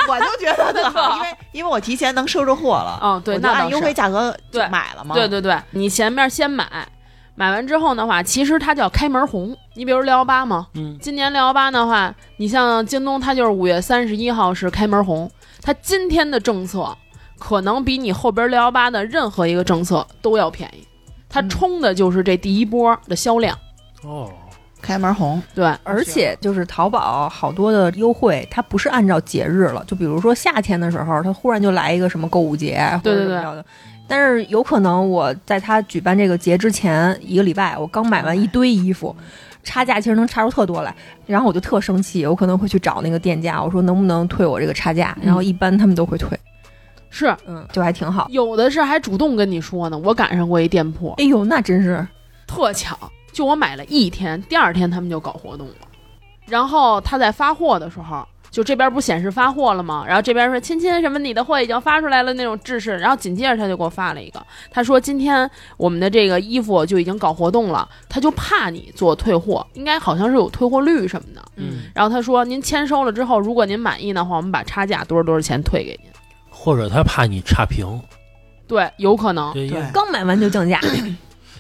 Speaker 4: 我就觉得特 好，因为因为我提前能收着货了，
Speaker 2: 嗯，对，
Speaker 4: 我就
Speaker 2: 那倒
Speaker 4: 按
Speaker 2: 是
Speaker 4: 优惠价格就
Speaker 2: 对
Speaker 4: 买了嘛。
Speaker 2: 对对对，你前面先买，买完之后的话，其实它叫开门红。你比如六幺八嘛，
Speaker 1: 嗯，
Speaker 2: 今年六幺八的话，你像京东，它就是五月三十一号是开门红，它今天的政策可能比你后边六幺八的任何一个政策都要便宜，它
Speaker 4: 嗯
Speaker 2: 冲的就是这第一波的销量。
Speaker 1: 哦，
Speaker 4: 开门红，
Speaker 2: 对，
Speaker 3: 而
Speaker 2: 啊
Speaker 3: 且就是淘宝好多的优惠，它不是按照节日了，就比如说夏天的时候，它忽然就来一个什么购物节或
Speaker 2: 对
Speaker 3: 者
Speaker 2: 对
Speaker 3: 怎么着的。但是有可能我在它举办这个节之前一个礼拜，我刚买完一堆衣服，差价其实能差出特多来，然后我就特生气，我可能会去找那个店家，我说能不能退我这个差价，
Speaker 2: 嗯
Speaker 3: 然后一般他们都会退，
Speaker 2: 是
Speaker 3: 嗯，就还挺好。
Speaker 2: 有的是还主动跟你说呢。我赶上过一店铺，
Speaker 3: 哎呦，那真是
Speaker 2: 特巧，就我买了一天，第二天他们就搞活动了。然后他在发货的时候，就这边不显示发货了吗？然后这边说亲亲什么你的货已经发出来了那种制式。然后紧接着他就给我发了一个，他说今天我们的这个衣服就已经搞活动了，他就怕你做退货，应该好像是有退货率什么的。
Speaker 1: 嗯，
Speaker 2: 然后他说您签收了之后，如果您满意的话，我们把差价多少多少钱退给您。
Speaker 1: 或者他怕你差评，
Speaker 2: 对，有可能。
Speaker 1: 对因为
Speaker 4: 对
Speaker 3: 刚买完就降价，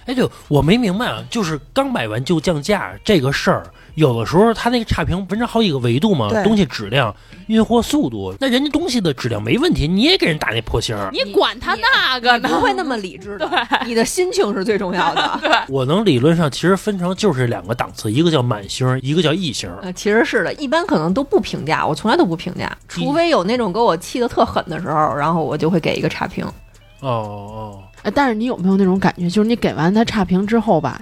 Speaker 1: 哎，对，我没明白啊，就是刚买完就降价这个事儿，有的时候他那个差评分成好几个维度嘛，
Speaker 4: 对
Speaker 1: 东西质量、运货速度，那人家东西的质量没问题，你也给人打那破星儿。
Speaker 2: 你管他那个呢？
Speaker 3: 不会那么理智的，你的心情是最重要 的。
Speaker 1: 我能理论上其实分成就是两个档次，一个叫满星，一个叫异星。
Speaker 3: 呃，其实是的，一般可能都不评价，我从来都不评
Speaker 1: 嗯
Speaker 3: 价，除非有那种给我气得特狠的时候，然后我就会给一个差评。
Speaker 1: 哦哦，
Speaker 2: 哎但是你有没有那种感觉，就是你给完他差评之后吧，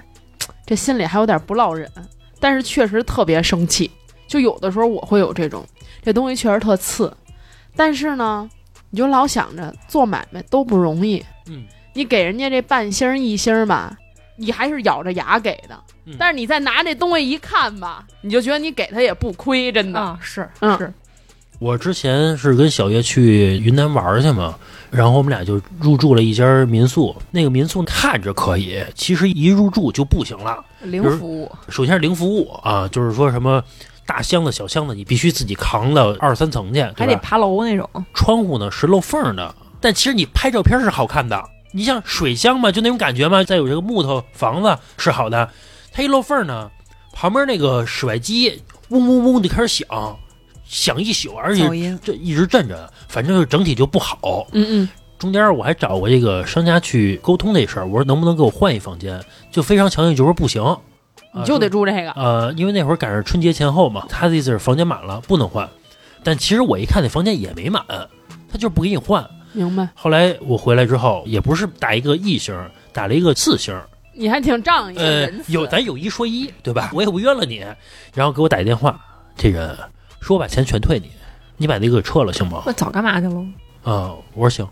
Speaker 2: 这心里还有点不落忍，但是确实特别生气。就有的时候我会有这种，这东西确实特次，但是呢，你就老想着做买卖都不容易，
Speaker 1: 嗯，
Speaker 2: 你给人家这半星儿一星儿吧，你还是咬着牙给的
Speaker 1: 嗯，
Speaker 2: 但是你再拿这东西一看吧，你就觉得你给他也不亏，真的。
Speaker 3: 啊，是
Speaker 2: 嗯
Speaker 3: 是，
Speaker 1: 我之前是跟小月去云南玩儿去嘛，然后我们俩就入住了一家民宿。那个民宿看着可以，其实一入住就不行了。
Speaker 3: 零
Speaker 1: 比如
Speaker 3: 服务，
Speaker 1: 首先是零服务啊，就是说什么大箱子、小箱子，你必须自己扛到二三层去，
Speaker 3: 还
Speaker 1: 对
Speaker 3: 得
Speaker 1: 吧？
Speaker 3: 爬楼那种。
Speaker 1: 窗户呢是漏缝儿的，但其实你拍照片是好看的。你像水箱嘛，就那种感觉嘛。再有这个木头房子是好的，它一漏缝儿呢，旁边那个室外机嗡嗡嗡就开始响，响一宿，而且
Speaker 4: 噪音，
Speaker 1: 这一直震着，反正就整体就不好。
Speaker 2: 嗯嗯，
Speaker 1: 中间我还找过这个商家去沟通这事儿，我说能不能给我换一房间，就非常强硬，就说不行，啊
Speaker 2: 你就得住这个。
Speaker 1: 呃，因为那会儿赶上春节前后嘛，他的意思是房间满了不能换，但其实我一看那房间也没满，他就是不给你换。
Speaker 2: 明白？
Speaker 1: 后来我回来之后，也不是打一个一星儿，打了一个四星儿，
Speaker 2: 你还挺仗义。
Speaker 1: 呃
Speaker 3: 仁，慈
Speaker 1: 有咱有一说一，对吧？我也不冤了你，然后给我打一电话，这人说我把钱全退你，你把那个撤了行吗？
Speaker 3: 那早干嘛去了？
Speaker 1: 啊、我说 行。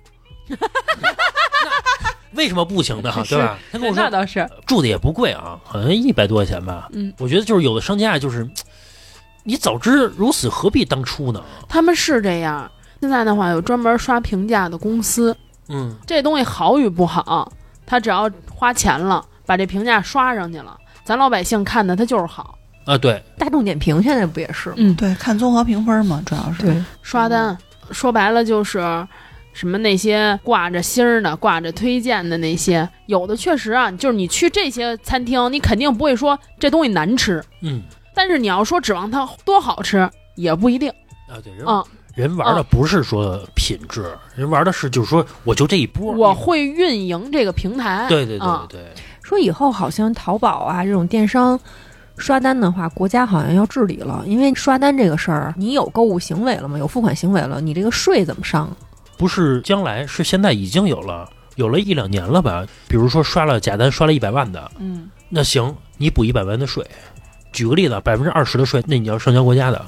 Speaker 1: 那为什么不行呢？对吧？他跟我
Speaker 2: 那
Speaker 1: 说
Speaker 2: 倒是，
Speaker 1: 住的也不贵啊，好像一百多块钱吧。
Speaker 2: 嗯，
Speaker 1: 我觉得就是有的商家啊就是，你早知如此何必当初呢？
Speaker 2: 他们是这样。现在的话，有专门刷评价的公司，
Speaker 1: 嗯，
Speaker 2: 这东西好与不好，他只要花钱了，把这评价刷上去了，咱老百姓看的他就是好。
Speaker 1: 啊对，
Speaker 3: 大众点评现在不也是吗？
Speaker 2: 嗯，
Speaker 4: 对，看综合评分嘛，主要是。
Speaker 3: 对，
Speaker 2: 刷单，说白了就是什么那些挂着星儿的、挂着推荐的那些，有的确实啊，就是你去这些餐厅，你肯定不会说这东西难吃，
Speaker 1: 嗯
Speaker 2: 但是你要说指望它多好吃，也不一定。
Speaker 1: 啊对，人、
Speaker 2: 嗯，
Speaker 1: 人玩的不是说品质，人玩的是就是说我就这一波。
Speaker 2: 我会运营这个平台。
Speaker 1: 对对对
Speaker 2: 啊
Speaker 1: 对对，
Speaker 3: 说以后好像淘宝啊这种电商刷单的话，国家好像要治理了，因为刷单这个事儿，啊你有购物行为了吗？有付款行为了，你这个税怎么上啊？
Speaker 1: 不是将来是现在已经有了，有了一两年了吧？比如说刷了假单刷了一百万的，
Speaker 4: 嗯，
Speaker 1: 那行，你补一百万的税。举个例子，啊百分之二十的税，那你要上交国家的，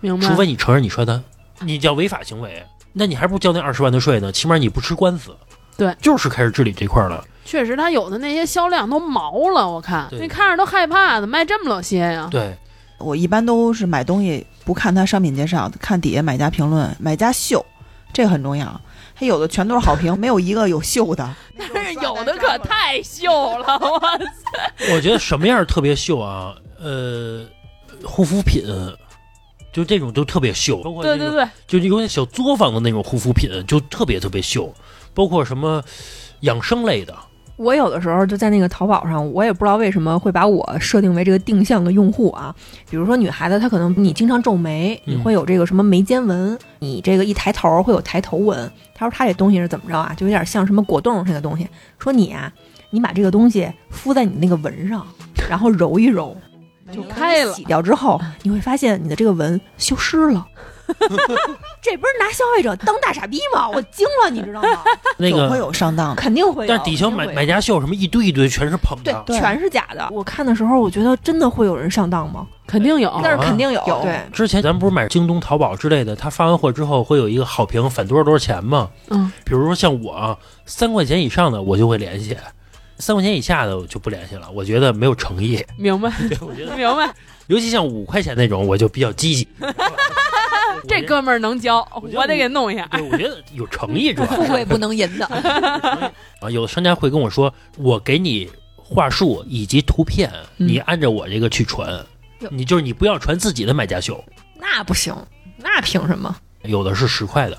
Speaker 2: 明白。
Speaker 1: 除非你承认你刷单，
Speaker 2: 嗯
Speaker 1: 你叫违法行为，那你还不如交那二十万的税呢？起码你不吃官司。
Speaker 2: 对，
Speaker 1: 就是开始治理这块儿了。
Speaker 2: 确实，它有的那些销量都毛了，我看
Speaker 1: 对
Speaker 2: 那看着都害怕，怎么卖这么老些呀？
Speaker 1: 对，
Speaker 4: 我一般都是买东西不看它商品介绍，看底下买家评论、买家秀，这个很重要。它有的全都是好评，没有一个有秀的。
Speaker 2: 但是有的可太秀了，我
Speaker 1: 我觉得什么样儿特别秀啊？呃，护肤品，就这种都特别秀，包括那
Speaker 2: 对
Speaker 1: 种
Speaker 2: 对对，
Speaker 1: 就有点小作坊的那种护肤品，就特别特别秀，包括什么养生类的，
Speaker 3: 我有的时候就在那个淘宝上，我也不知道为什么会把我设定为这个定向的用户啊。比如说女孩子，她可能你经常皱眉，
Speaker 1: 嗯
Speaker 3: 你会有这个什么眉间纹，你这个一抬头会有抬头纹。她说她这东西是怎么着啊？就有点像什么果冻那个东西。说你啊，你把这个东西敷在你那个纹上，然后揉一揉，
Speaker 2: 就开了
Speaker 3: 洗掉之后，你会发现你的这个纹消失了。 这不是拿消费者当大傻逼吗？我惊了，你知道吗？
Speaker 1: 那
Speaker 4: 总
Speaker 1: 个，
Speaker 4: 会有上当的。
Speaker 3: 肯定会有，
Speaker 1: 但是底下
Speaker 3: 肯定
Speaker 1: 买
Speaker 3: 会有
Speaker 1: 买家秀什么一堆一堆，全是捧
Speaker 3: 对
Speaker 1: 的，。
Speaker 4: 对
Speaker 3: 全是假的。我看的时候，我觉得真的会有人上当吗？
Speaker 2: 肯定哦有。
Speaker 3: 但是肯定有，
Speaker 4: 有
Speaker 3: 对，
Speaker 1: 之前咱不是买京东、淘宝之类的，他发完货之后会有一个好评返多少多少钱吗？
Speaker 2: 嗯，
Speaker 1: 比如说像我啊，三块钱以上的我就会联系，三块钱以下的我就不联系了，我觉得没有诚意。
Speaker 2: 明白，
Speaker 1: 对，我觉得，
Speaker 2: 明白。
Speaker 1: 尤其像五块钱那种，我就比较积极。
Speaker 2: 这哥们儿能教，
Speaker 1: 觉得
Speaker 2: 我得给弄一下。
Speaker 1: 对，我觉得有诚意主要
Speaker 3: 富
Speaker 1: 是
Speaker 3: 贵不能淫 的。
Speaker 1: 啊，有的商家会跟我说，我给你话术以及图片，
Speaker 2: 嗯
Speaker 1: 你按照我这个去传，
Speaker 3: 哟
Speaker 1: 你就是你不要传自己的买家秀，
Speaker 3: 那不行，那凭什么？哦
Speaker 1: 有的是十块的，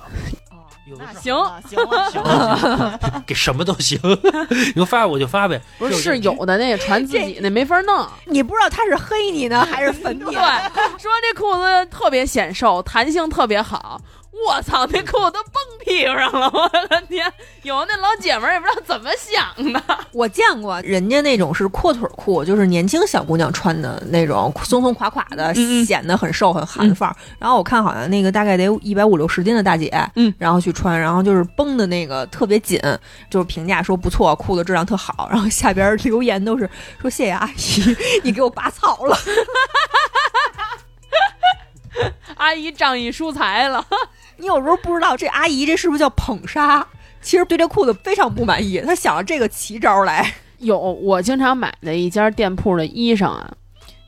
Speaker 1: 有的
Speaker 4: 那
Speaker 1: 是
Speaker 4: 行了啊行了
Speaker 1: 行了，行了给什么都行， 你给我发我就发呗。
Speaker 2: 不是是有的那传自己那没法 弄，
Speaker 3: 你不知道他是黑你 呢还是粉你
Speaker 2: 对，说这裤子特别显瘦，弹性特别好。我操，那裤子都蹦屁股上了！我的天，有那老姐们儿也不知道怎么想的。
Speaker 3: 我见过人家那种是阔腿裤，就是年轻小姑娘穿的那种松松垮垮的，
Speaker 2: 嗯嗯
Speaker 3: 显得很瘦很韩范儿。然后我看好像那个大概得一百五六十斤的大姐，
Speaker 2: 嗯，
Speaker 3: 然后去穿，然后就是绷的那个特别紧，就是评价说不错，裤子质量特好。然后下边留言都是说谢谢阿姨， 你给我拔草了。
Speaker 2: 阿姨仗义疏财了，
Speaker 3: 你有时候不知道这阿姨这是不是叫捧杀。其实对这裤子非常不满意，她想了这个奇招来。
Speaker 2: 有我经常买的一家店铺的衣裳啊，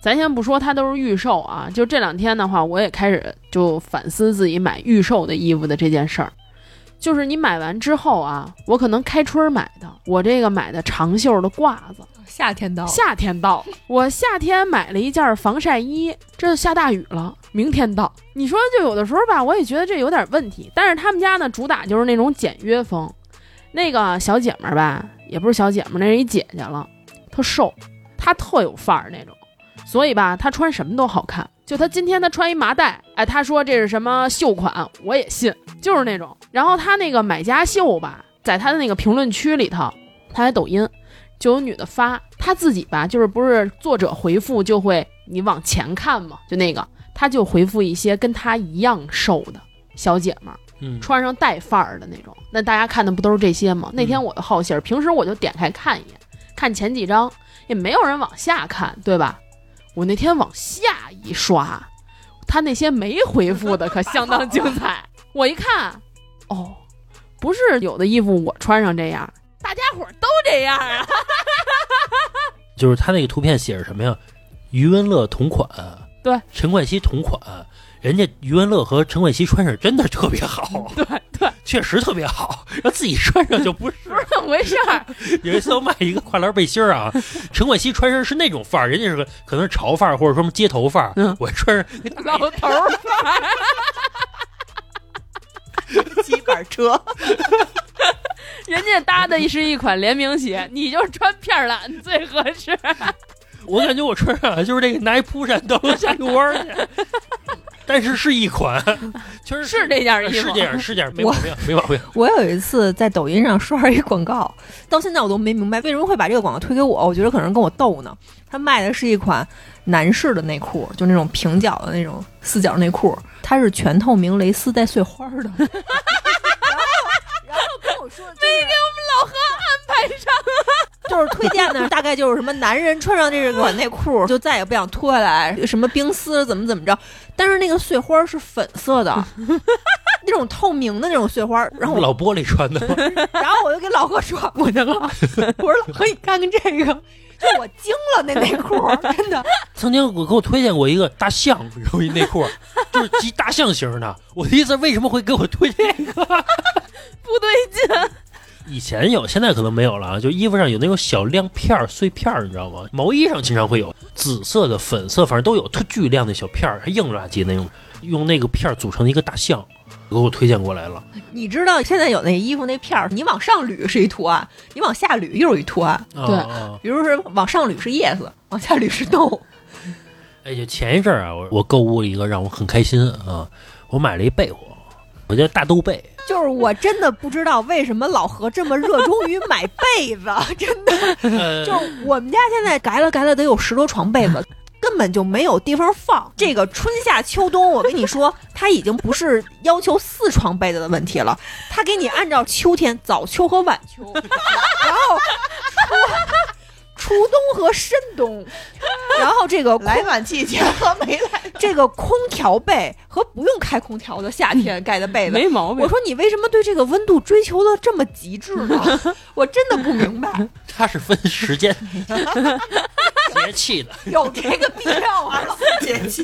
Speaker 2: 咱先不说它都是预售啊，就这两天的话，我也开始就反思自己买预售的衣服的这件事儿。就是你买完之后啊，我可能开春儿买的，我这个买的长袖的褂子，
Speaker 3: 夏天到了，
Speaker 2: 夏天到了，我夏天买了一件防晒衣，这下大雨了，明天到。你说就有的时候吧，我也觉得这有点问题，但是他们家呢主打就是那种简约风，那个小姐们儿吧，也不是小姐们儿，那是一姐姐了，特瘦，她特有范儿那种，所以吧，她穿什么都好看。就她今天她穿一麻袋，哎，她说这是什么秀款，我也信，就是那种。然后她那个买家秀吧，在她的那个评论区里头，她还抖音，就有女的发，她自己吧，就是不是作者回复就会你往前看嘛，就那个，她就回复一些跟她一样瘦的小姐们儿，
Speaker 1: 嗯，
Speaker 2: 穿上带范儿的那种。那大家看的不都是这些吗？那天
Speaker 1: 嗯
Speaker 2: 我就好信儿，平时我就点开看一眼，看前几张，也没有人往下看，对吧？我那天往下一刷，他那些没回复的可相当精 彩。我一看，哦，不是有的衣服我穿上这样，大家伙儿都这样啊。
Speaker 1: 就是他那个图片写着什么呀？余文乐同款，
Speaker 2: 对，
Speaker 1: 陈冠希同款。人家余文乐和陈冠希穿上真的特别好，
Speaker 2: 嗯对对，
Speaker 1: 确实特别好，然后自己穿上就不 是。
Speaker 2: 不是怎么回事儿。
Speaker 1: 有一次我买一个跨栏背心儿啊，陈冠希穿上是那种范儿，人家是个可能是潮范儿或者说什么街头范儿，
Speaker 2: 嗯
Speaker 1: 我穿上
Speaker 2: 老头儿
Speaker 4: 鸡板车，
Speaker 2: 人家搭的是一款联名鞋，你就穿片儿懒最合适。
Speaker 1: 我感觉我穿上啊就是这个拿一蒲扇到楼下遛弯儿去， 但是是一款，确实
Speaker 2: 是这件衣服
Speaker 1: 是这样，是 这样，没毛病，没毛病。
Speaker 3: 我有一次在抖音上刷着一广告，到现在我都没明白为什么会把这个广告推给我。我觉得可能跟我逗呢。他卖的是一款男士的内裤，就那种平角的那种四角内裤，它是全透明蕾丝带碎花儿的。 然后，然后跟我说，
Speaker 2: 那给我们老何安排上。
Speaker 3: 就是推荐的，大概就是什么男人穿上这款内裤就再也不想脱下来，什么冰丝怎么怎么着。但是那个碎花儿是粉色的，那种透明的那种碎花儿。然后我
Speaker 1: 老玻璃穿的吗，
Speaker 3: 然后我就给老何说：“我的老，我说老何，你看看这个，就我惊了，那内裤真的。
Speaker 1: 曾经我给我推荐过一个大象，然后一内裤，就是集大象型的。我的意思，为什么会给我推荐？
Speaker 2: 不对劲，
Speaker 1: 以前有，现在可能没有了啊。就衣服上有那种小亮片儿、碎片儿，你知道吗？毛衣上经常会有紫色的、粉色，反正都有特巨亮的小片儿，还硬垃圾那种，用那个片儿组成一个大象，给我推荐过来了
Speaker 3: 你知道现在有那衣服那片儿，你往上捋是一图案，你往下捋又是一图案。
Speaker 1: 啊。
Speaker 2: 对
Speaker 1: 啊
Speaker 3: 比如说往上捋是 yes，往下捋是 no。
Speaker 1: 哎，就前一阵儿啊，我我购物了一个让我很开心啊，我买了一被窝，我叫大兜被。
Speaker 3: 就是我真的不知道为什么老何这么热衷于买被子，真的。
Speaker 1: 呃
Speaker 3: 就我们家现在改了改了，得有十多床被子，根本就没有地方放。这个春夏秋冬，我跟你说，它已经不是要求四床被子的问题了，它给你按照秋天早秋和晚秋，然后初初冬和深冬，然后这个空
Speaker 4: 来晚季节和没来，
Speaker 3: 这个空调被和不用开空调的夏天盖的被子。
Speaker 2: 哎毛
Speaker 3: 我。说你为什么对这个温度追求的这么极致呢？我真的不明白，
Speaker 1: 它是分时间节气的，
Speaker 3: 有这个必要啊？
Speaker 4: 姐姐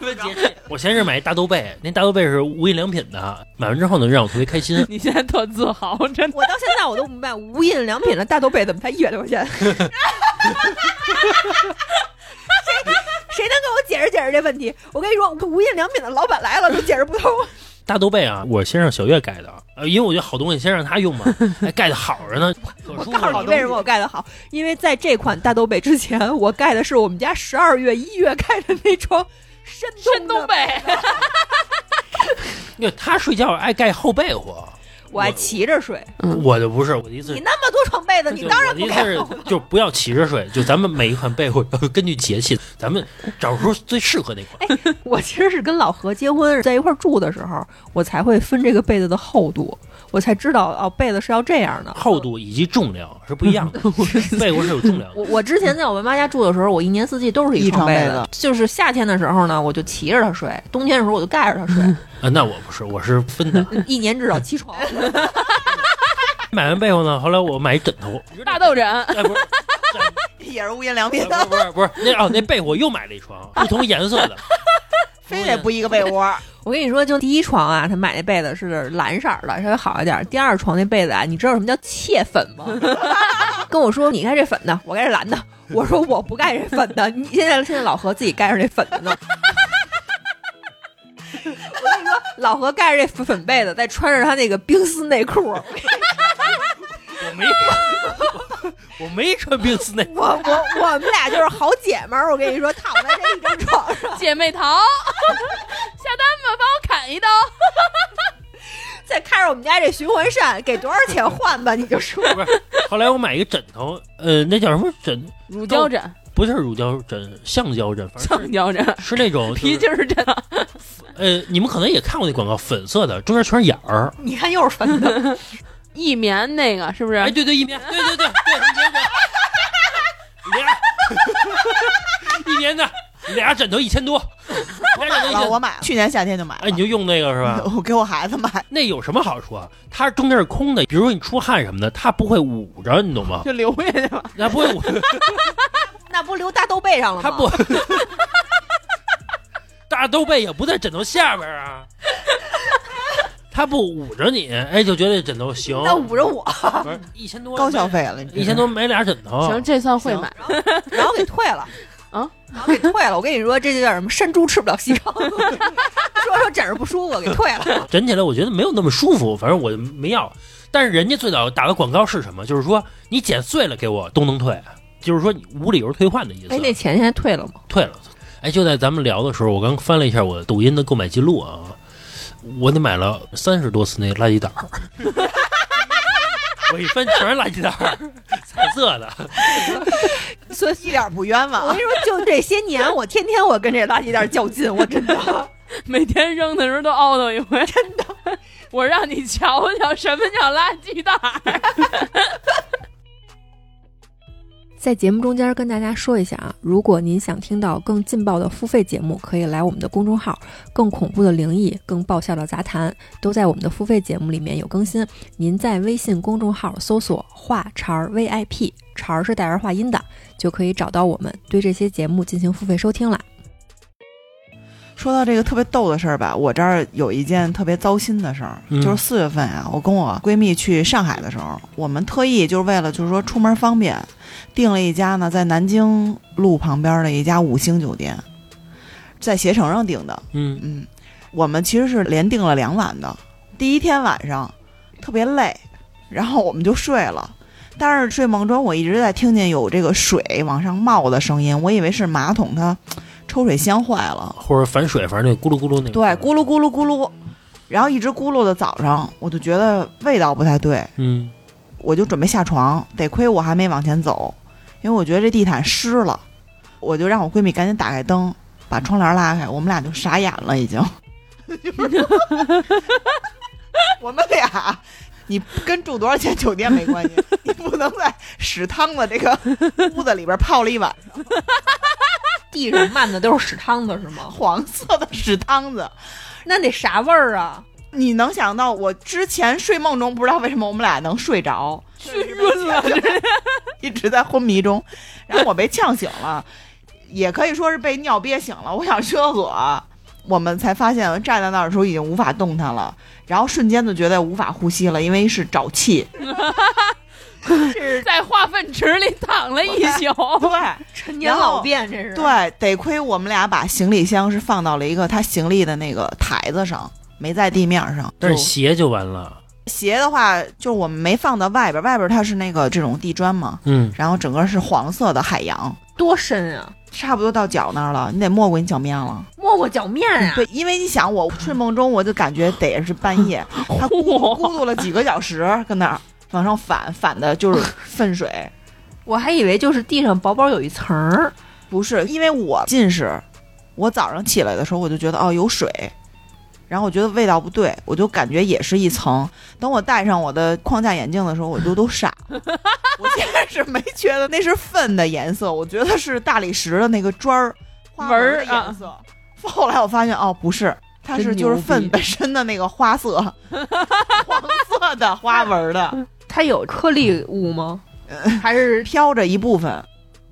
Speaker 1: 分节气。我先是买一大兜被，那大兜被是无印良品的，买完之后呢，让我特别开心。
Speaker 2: 你现在特自豪，真的。
Speaker 3: 我到现在我都不明白无印良品的大豆被怎么才一百多块钱。 谁谁能给我解释解释这问题？我跟你说，无印良品的老板来了都解释不通。
Speaker 1: 大豆被啊，我先让小月盖的，呃，因为我觉得好东西先让她 用嘛，还盖的好着呢，可
Speaker 3: 我
Speaker 1: 舒服
Speaker 3: 告诉
Speaker 1: 了
Speaker 3: 你。为什么我盖的好，因为在这款大豆被之前，我盖的是我们家十二月、一月盖的那床深
Speaker 2: 深
Speaker 3: 东
Speaker 2: 东
Speaker 3: 的，
Speaker 2: 北，
Speaker 1: 因为她睡觉爱盖厚被窝，
Speaker 3: 我还骑着睡。
Speaker 1: 我就不是，我的意思
Speaker 3: 你
Speaker 1: 是。
Speaker 3: 那么多床被子，你
Speaker 1: 嗯就
Speaker 3: 当然
Speaker 1: 我的
Speaker 3: 不
Speaker 1: 意思
Speaker 3: 盖
Speaker 1: 是
Speaker 3: 厚。，
Speaker 1: 就不要骑着睡，就咱们每一款被窝要根据 节气，咱们找出最适合那款。
Speaker 3: 哎我其实是跟老何结婚在一块儿住的时候，我才会分这个被子的厚度，我才知道哦，被子是要这样的。
Speaker 1: 厚度以及重量是不一 样的， 被窝是有重量的。
Speaker 3: 我我之前在我妈家住的时候，我一年四季都是
Speaker 4: 一
Speaker 3: 床
Speaker 4: 床被
Speaker 3: 子，
Speaker 4: 子
Speaker 3: 就是夏天的时候呢，我就骑着它睡；冬天的时候我就盖着它 睡，
Speaker 1: 啊，那我不是，我是分 的。
Speaker 3: 一年至少七床。
Speaker 1: 买完被窝呢，后来我买一枕头，
Speaker 2: 大豆枕，
Speaker 1: 哎，不是，哎
Speaker 4: 也是无印良
Speaker 1: 不
Speaker 4: 品
Speaker 1: 是， 不是，不是，那哦，那被我又买了一床，不同颜色的，
Speaker 4: 非得不一个被窝。
Speaker 3: 我跟你说，就第一床啊，他买那被子是蓝色儿的，稍微好一点儿。第二床那被子啊，你知道什么叫切粉吗？ 跟我说你盖这粉的，我盖这蓝的。我说我不盖这粉的，你现在现在老何自己盖着那粉的呢。 我跟你说，老何盖着这粉粉被子，再穿着他那个冰丝内裤，
Speaker 1: 我没，我没穿冰丝内，
Speaker 3: 我我我们俩就是好姐们儿。我跟你说，躺在这一张床上，
Speaker 2: 姐妹淘， 下单吧，帮我砍一刀。
Speaker 3: 再看着我们家这循环扇，给多少钱换吧？你就说。
Speaker 1: 不是。后来我买一个枕头，呃，那叫什么枕？
Speaker 2: 乳胶枕、
Speaker 1: 不是乳胶枕，橡胶枕，反正
Speaker 2: 橡胶枕、
Speaker 1: 是是那种
Speaker 2: 皮
Speaker 1: 就是
Speaker 2: 筋儿枕，
Speaker 1: 呃，你们可能也看过那广告，粉色的，中间全是眼儿。
Speaker 3: 你看又是粉的，
Speaker 2: 一棉那个是不是？
Speaker 1: 哎，对对，一棉，对对对对，一棉的，一棉，一棉的，俩枕头一千多，俩枕头一
Speaker 4: 然后
Speaker 1: 千
Speaker 4: 我买了，哎去年夏天就买了。
Speaker 1: 哎， 你就用那个是吧？
Speaker 4: 我给我孩子买，
Speaker 1: 那有什么好处啊？它中间是空的，比如说你出汗什么的，它不会捂着，你懂吗？
Speaker 2: 就留下去了。
Speaker 1: 它不会捂，
Speaker 3: 那不留大豆被上了吗？
Speaker 1: 它不。 大豆被也不在枕头下边啊，它不捂着你，哎，就觉得这枕头行，
Speaker 3: 那捂着我，
Speaker 1: 不是一千多
Speaker 4: 高消，费了，
Speaker 1: 一千多买俩枕头，
Speaker 2: 行，这算会买。
Speaker 3: 然后给退了
Speaker 2: 啊，
Speaker 3: 然后给退了。我跟你说，这就叫什么山猪吃不了细肠， 说说枕着不舒服，给退了。
Speaker 1: 枕起来我觉得没有那么舒服，反正我没要。但是人家最早打的广告是什么？就是说你剪碎了给我都能退，就是说你无理由退换的意思。
Speaker 3: 哎钱现在退了吗？
Speaker 1: 退了。哎，就在咱们聊的时候，我刚翻了一下我抖音的购买记录啊，我得买了三十多次那垃圾袋儿。 我一翻全是垃圾袋儿，彩色的。
Speaker 3: 所以。
Speaker 4: 一点不冤
Speaker 3: 我跟
Speaker 4: 枉
Speaker 3: 你。说，就这些年，我天天我跟这垃圾袋较劲，我真的。
Speaker 2: 每天扔的时候都凹叨一回，真的。我让你瞧瞧什么叫垃圾袋儿。
Speaker 5: 在节目中间跟大家说一下啊，如果您想听到更劲爆的付费节目，可以来我们的公众号“更恐怖的灵异”、“更爆笑的杂谈”，都在我们的付费节目里面有更新。您在微信公众号搜索“话茬儿 VIP”，茬儿是带儿化音的，就可以找到我们，对这些节目进行付费收听了。
Speaker 4: 说到这个特别逗的事儿吧，我这儿有一件特别糟心的事儿，
Speaker 1: 嗯
Speaker 4: 就是四月份啊，我跟我闺蜜去上海的时候，我们特意就是为了就是说出门方便，订了一家呢在南京路旁边的一家五星酒店，在携程上订的，
Speaker 1: 嗯，
Speaker 4: 嗯，我们其实是连订了两晚的。第一天晚上特别累，然后我们就睡了。但是睡梦中我一直在听见有这个水往上冒的声音，我以为是马桶它抽水箱坏了，
Speaker 1: 或者反水，反正那咕噜咕噜那个。
Speaker 4: 对，咕噜咕噜咕噜，然后一直咕噜到早上，我就觉得味道不太对，
Speaker 1: 嗯
Speaker 4: 我就准备下床，得亏我还没往前走，因为我觉得这地毯湿了，我就让我闺蜜赶紧打开灯，把窗帘拉开，我们俩就傻眼了，已经。我们俩，你跟住多少钱酒店没关系，你不能在屎汤的这个屋子里边泡了一晚
Speaker 3: 地上漫的都是屎汤子是吗？
Speaker 4: 黄色的屎汤子。
Speaker 3: 那得啥味儿啊？
Speaker 4: 你能想到我之前睡梦中不知道为什么我们俩能睡着，
Speaker 2: 熏晕了，
Speaker 4: 一直在昏迷中，然后我被呛醒了，也可以说是被尿憋醒了。我想去厕所，我们才发现站在那儿的时候已经无法动弹了，然后瞬间就觉得无法呼吸了，因为是沼气。
Speaker 2: 在化粪池里躺了一 宿。
Speaker 4: 对
Speaker 3: 陈年老变这是。，
Speaker 4: 对，得亏我们俩把行李箱是放到了一个他行李的那个台子上，没在地面上。
Speaker 1: 但是
Speaker 4: 就
Speaker 1: 鞋就完了。
Speaker 4: 鞋的话，就是我们没放到外边，外边它是那个这种地砖嘛，
Speaker 1: 嗯，
Speaker 4: 然后整个是黄色的海洋，
Speaker 3: 多深啊！
Speaker 4: 差不多到脚那儿了，你得没过你脚面了。
Speaker 3: 没过脚面
Speaker 5: 嗯
Speaker 3: 啊！
Speaker 4: 对，因为你想，我睡梦中我就感觉得是半夜，他咕咕咕嘟了几个小时，跟那儿往上反，反的就是粪水。
Speaker 3: 我还以为就是地上薄薄有一层儿，
Speaker 4: 不是，因为我近视，我早上起来的时候我就觉得哦有水，然后我觉得味道不对，我就感觉也是一层。等我戴上我的框架眼镜的时候，我就都傻了。 我现在是没觉得那是粪的颜色，我觉得是大理石的那个砖儿花纹儿的
Speaker 2: 纹儿啊
Speaker 4: 颜色。后来我发现哦不是，它是
Speaker 3: 真
Speaker 4: 就是
Speaker 3: 牛逼
Speaker 4: 粪本身的那个 花色，黄色的花纹儿的，
Speaker 3: 它有颗粒物吗？还是
Speaker 4: 飘着一部分。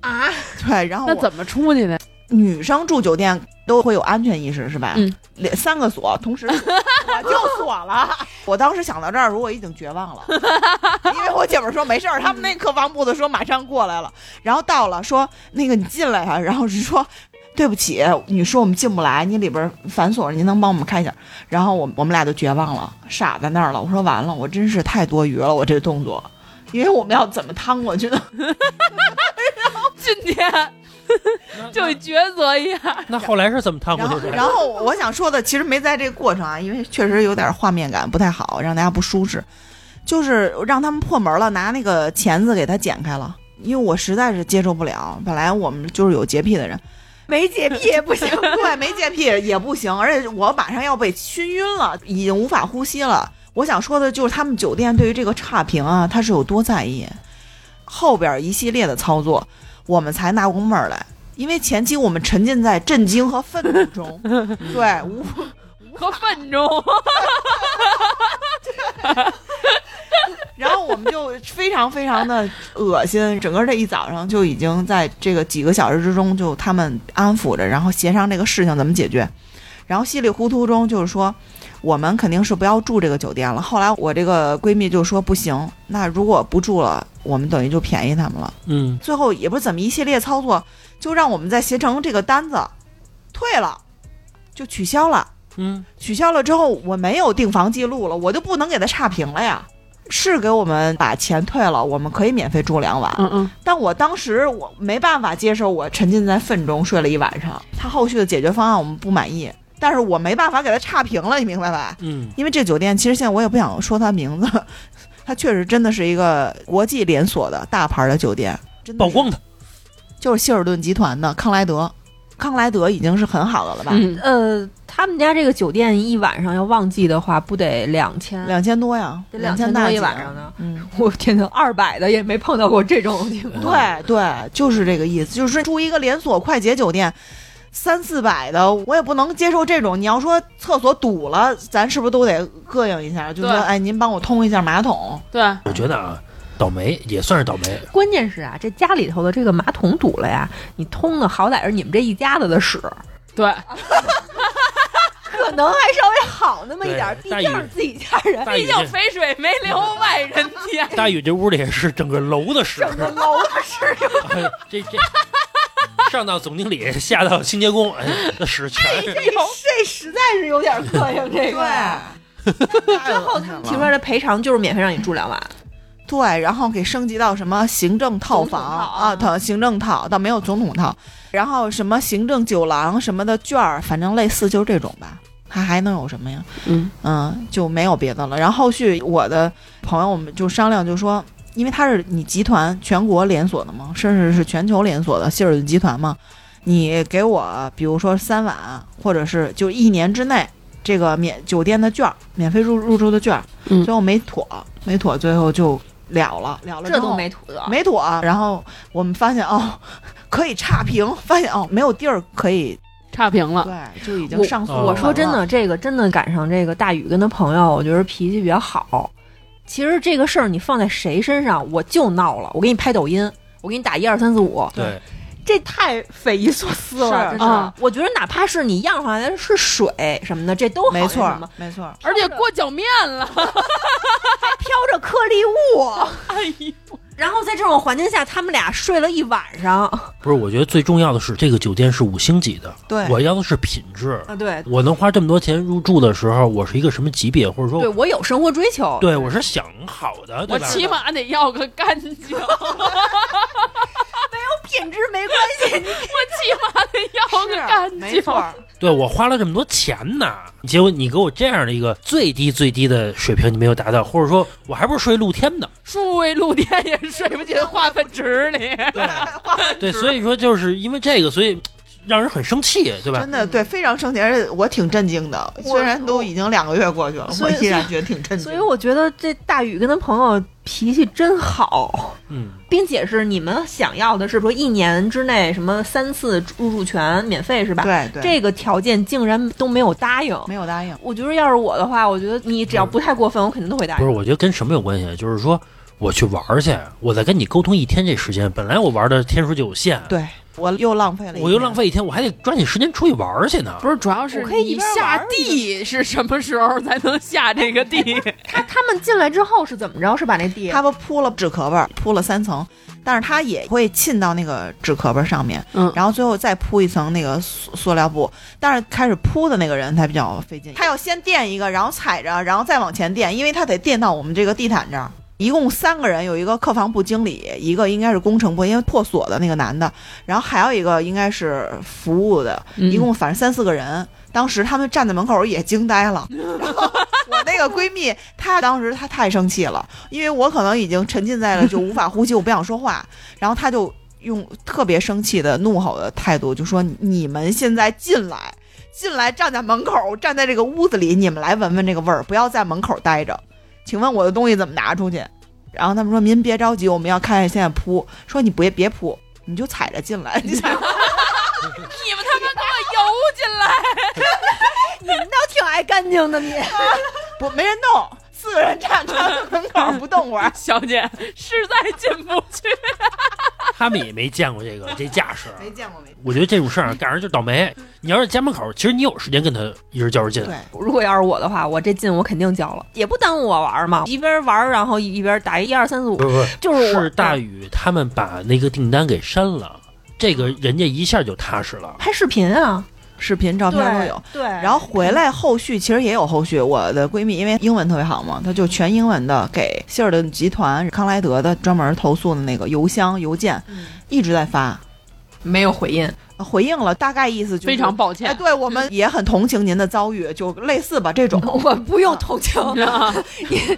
Speaker 3: 啊？
Speaker 4: 对，然后
Speaker 2: 那
Speaker 4: 我
Speaker 2: 怎么出去呢？
Speaker 4: 女生住酒店都会有安全意识，是吧？
Speaker 2: 嗯，
Speaker 4: 连三个锁同时，我就锁了。我当时想到这儿的时候，我已经绝望了，因为我姐们儿说没事儿，他们那客房部的说马上过来了，然后到了说那个你进来啊，然后是说。对不起，你说我们进不来，你里边反锁了，您能帮我们开一下？然后我我们俩就绝望了，傻在那儿了。我说完了，我真是太多余了，我这动作，因为我们要怎么趟过去呢？
Speaker 2: 今 天就抉择一下，
Speaker 1: 那后来是怎么趟
Speaker 4: 然
Speaker 1: 过
Speaker 4: 后
Speaker 1: 去，的？
Speaker 4: 然后我想说的其实没在这个过程啊，因为确实有点画面感不太好，让大家不舒适。就是让他们破门了，拿那个钳子给他剪开了，因为我实在是接受不了。本来我们就是有洁癖的人，
Speaker 3: 没洁癖也不行。
Speaker 4: 对，没洁癖也不行，而且我马上要被熏晕了，已经无法呼吸了。我想说的就是他们酒店对于这个差评啊，他是有多在意，后边一系列的操作，我们才纳过闷儿来，因为前期我们沉浸在震惊和愤怒中， 对，无
Speaker 2: 和愤中。
Speaker 4: 然后我们就非常非常的恶心，整个这一早上就已经在这个几个小时之中，就他们安抚着，然后协商这个事情怎么解决，然后稀里糊涂中就是说，我们肯定是不要住这个酒店了。后来我这个闺蜜就说不行，那如果不住了，我们等于就便宜他们了。
Speaker 1: 嗯，
Speaker 4: 最后也不是怎么一系列操作，就让我们在携程这个单子退了，就取消了。
Speaker 1: 嗯，
Speaker 4: 取消了之后，我没有订房记录了，我就不能给他差评了呀。是给我们把钱退了，我们可以免费住两晚。
Speaker 2: 嗯嗯，
Speaker 4: 但我当时我没办法接受，我沉浸在粪中睡了一晚上。他后续的解决方案我们不满意，但是我没办法给他差评了，你明白吧？
Speaker 1: 嗯，
Speaker 4: 因为这酒店其实现在我也不想说它名字， 它确实真的是一个国际连锁的大牌的酒店，真的
Speaker 1: 曝
Speaker 4: 是
Speaker 1: 光它。
Speaker 4: 就是希尔顿集团的康莱德，康莱德已经是很好的了吧？
Speaker 2: 嗯，
Speaker 3: 呃，他们家这个酒店一晚上要旺季的话，不得两千？
Speaker 4: 两千多呀，
Speaker 3: 得两
Speaker 4: 千
Speaker 3: 多
Speaker 4: 大
Speaker 3: 一
Speaker 4: 几
Speaker 3: 晚上。呢？
Speaker 4: 嗯，
Speaker 3: 我天呐，二百的也没碰到过这种情况。
Speaker 4: 对对，就是这个意思，就是住一个连锁快捷酒店。三四百的，我也不能接受这种。你要说厕所堵了，咱是不是都得膈应一下？就说，
Speaker 2: 对
Speaker 4: 哎，您帮我通一下马桶。
Speaker 2: 对，
Speaker 1: 我觉得啊，倒霉也算是倒霉。
Speaker 3: 关键是啊，这家里头的这个马桶堵了呀，你通的好歹是你们这一家子的屎，
Speaker 2: 对，
Speaker 3: 可能还稍微好那么一点儿，毕
Speaker 1: 对大
Speaker 3: 竟
Speaker 1: 禹
Speaker 3: 是自己家
Speaker 4: 哎
Speaker 3: 人。
Speaker 1: 大宇
Speaker 2: 毕竟
Speaker 1: 这
Speaker 2: 肥水没流外人田。
Speaker 1: 大宇这屋里也是整个楼的屎，
Speaker 3: 楼的屎，
Speaker 1: 哎 这这。上到总经理，下到清洁工，哎，那屎全是。
Speaker 3: 这实在是有点膈应。这个，哦
Speaker 4: 最后
Speaker 3: 他们提出来的赔偿就是免费让你住两晚，
Speaker 4: 对，然后给升级到什么行政套
Speaker 3: 总统
Speaker 4: 房
Speaker 3: 套
Speaker 4: 啊，套行政套倒没有总统套，然后什么行政酒廊什么的券儿，反正类似就是这种吧。它还能有什么呀？
Speaker 2: 嗯
Speaker 4: 嗯，就没有别的了。然后后续我的朋友们就商量，就说，因为它是你集团全国连锁的嘛，甚至是全球连锁的希尔顿集团嘛，你给我比如说三晚，或者是就一年之内这个免酒店的券儿，免费入入住的券儿，
Speaker 2: 嗯
Speaker 4: 最后没妥，没妥，最后就了了了了之
Speaker 3: 这
Speaker 4: 后，
Speaker 3: 都没吐的。
Speaker 4: 没妥、然后我们发现哦，可以差评，发现哦没有地儿可以，
Speaker 2: 差评了。
Speaker 4: 对，就已经
Speaker 3: 我
Speaker 4: 上诉
Speaker 1: 我
Speaker 3: 我
Speaker 4: 了
Speaker 3: 说真的，这个真的赶上这个大宇跟他朋友，我觉得脾气比较好。其实这个事儿你放在谁身上，我就闹了。我给你拍抖音，我给你打一二三四五，
Speaker 1: 对，
Speaker 3: 这太匪夷所思了。
Speaker 4: 是
Speaker 3: 真的
Speaker 2: 啊
Speaker 3: 我觉得哪怕是你样上来的是水什么的，这都好
Speaker 4: 没错
Speaker 3: 那什么
Speaker 4: 儿，没错儿。
Speaker 2: 而且过脚面了，
Speaker 3: 飘着颗粒物。
Speaker 2: 哎呦，
Speaker 3: 然后在这种环境下，他们俩睡了一晚上啊，
Speaker 1: 不是，我觉得最重要的是这个酒店是五星级的，
Speaker 4: 对，
Speaker 1: 我要的是品质。
Speaker 3: 啊对
Speaker 1: 我能花这么多钱入住的时候，我是一个什么级别，或者说
Speaker 3: 对，，我有生活追求，
Speaker 1: 对我是想好的，
Speaker 2: 我
Speaker 1: 对吧？
Speaker 2: 起码得要个干 净，
Speaker 3: 品质没 关系，你
Speaker 2: 起码得要个干
Speaker 4: 是
Speaker 2: 净，
Speaker 4: 没错 儿，
Speaker 1: 对我花了这么多钱呢，结果你给我这样的一个最低最低的水平，你没有达到，或者说我还不如睡露天的。
Speaker 2: 树位露天也睡不进化粪池里。
Speaker 1: 对，所以说就是因为这个，所以让人很生气，对吧
Speaker 4: 真？的对，非常生气，而且我挺震惊的。
Speaker 3: 我
Speaker 4: 虽然都已经两个月过去了，
Speaker 3: 所
Speaker 4: 我
Speaker 3: 以
Speaker 4: 依然觉得挺震惊的。
Speaker 3: 所以我觉得这大宇跟他朋友脾气真好，
Speaker 1: 嗯，
Speaker 3: 并且是你们想要的是说一年之内什么三次入住权免费是吧？
Speaker 4: 对对，
Speaker 3: 这个条件竟然都没有答应。
Speaker 4: 没有答应。
Speaker 3: 我觉得要是我的话，我觉得你只要不太过分，我肯定都会答
Speaker 1: 不
Speaker 3: 应
Speaker 1: 是，。我觉得跟什么有关系？啊就是说我去玩儿去，我再跟你沟通一天这时间，本来我玩的天数就有限，
Speaker 4: 对我又浪费了，
Speaker 1: 我又浪。费一天，我还得抓紧时间出去玩儿去呢。
Speaker 2: 不是，主要是
Speaker 3: 我可以一
Speaker 2: 你
Speaker 3: 边玩
Speaker 2: 下
Speaker 3: 儿
Speaker 2: 地是什么时候才能下这个地？
Speaker 3: 他他们进来之后是怎么着？是把那地
Speaker 4: 他们铺了纸壳儿，铺了三层，但是他也会沁到那个纸壳儿上面，
Speaker 2: 嗯
Speaker 4: 然后最后再铺一层那个塑塑料布。但是开始铺的那个人他比较费劲，他要先垫一个，然后踩着，然后再往前垫，因为他得垫到我们这个地毯这儿。一共三个人，有一个客房部经理，一个应该是工程部，因为破锁的那个男的，然后还有一个应该是服务的，
Speaker 2: 嗯
Speaker 4: 一共反正三四个人。当时他们站在门口也惊呆了。然后我那个闺蜜，她当时她太生气了，因为我可能已经沉浸在了就无法呼吸，我不想说话，然后她就用特别生气的怒吼的态度就说：“你们现在进来。”进来，站在门口，站在这个屋子里，你们来闻闻这个味儿，不要在门口待着。请问我的东西怎么拿出去？然后他们说：“您别着急，我们要看现在铺。”说：“你别别铺，你就踩着进来，你踩着
Speaker 2: 你们他妈给我游进来！。
Speaker 3: 挺爱干净的你。
Speaker 4: 不没人动，四个人站站在门口不动会儿
Speaker 2: 小姐，实在进不去。
Speaker 1: 他们也没见过这个这架势。啊
Speaker 4: 没见过没
Speaker 1: 我觉得这种事儿赶上就倒霉。你要是家门口，其实你有时间跟他一人较着劲。
Speaker 4: 对，
Speaker 3: 如果要是我的话，我这劲我肯定交了，也不耽误我玩
Speaker 4: 嗯
Speaker 3: 嘛，一边玩然后一边打一二三四五
Speaker 1: 不，是不是，
Speaker 3: 就是我
Speaker 1: 是大宇他们把那个订单给删了，这个人家一下就踏实 了。
Speaker 3: 拍视频啊，
Speaker 4: 视频照片都有。
Speaker 3: 对，然
Speaker 4: 然后回来后续其实也有后续，我的闺蜜因为英文特别好嘛，她就全英文的给希尔顿集团康莱德的专门投诉的那个邮箱邮件一直在发，
Speaker 3: 没有回音，
Speaker 4: 回应了大概意思就 是
Speaker 2: 非常抱
Speaker 4: 哎，
Speaker 2: 歉，
Speaker 4: 对我们也很同情您的遭遇，就类似吧这种。
Speaker 3: 我不用同情，
Speaker 2: 啊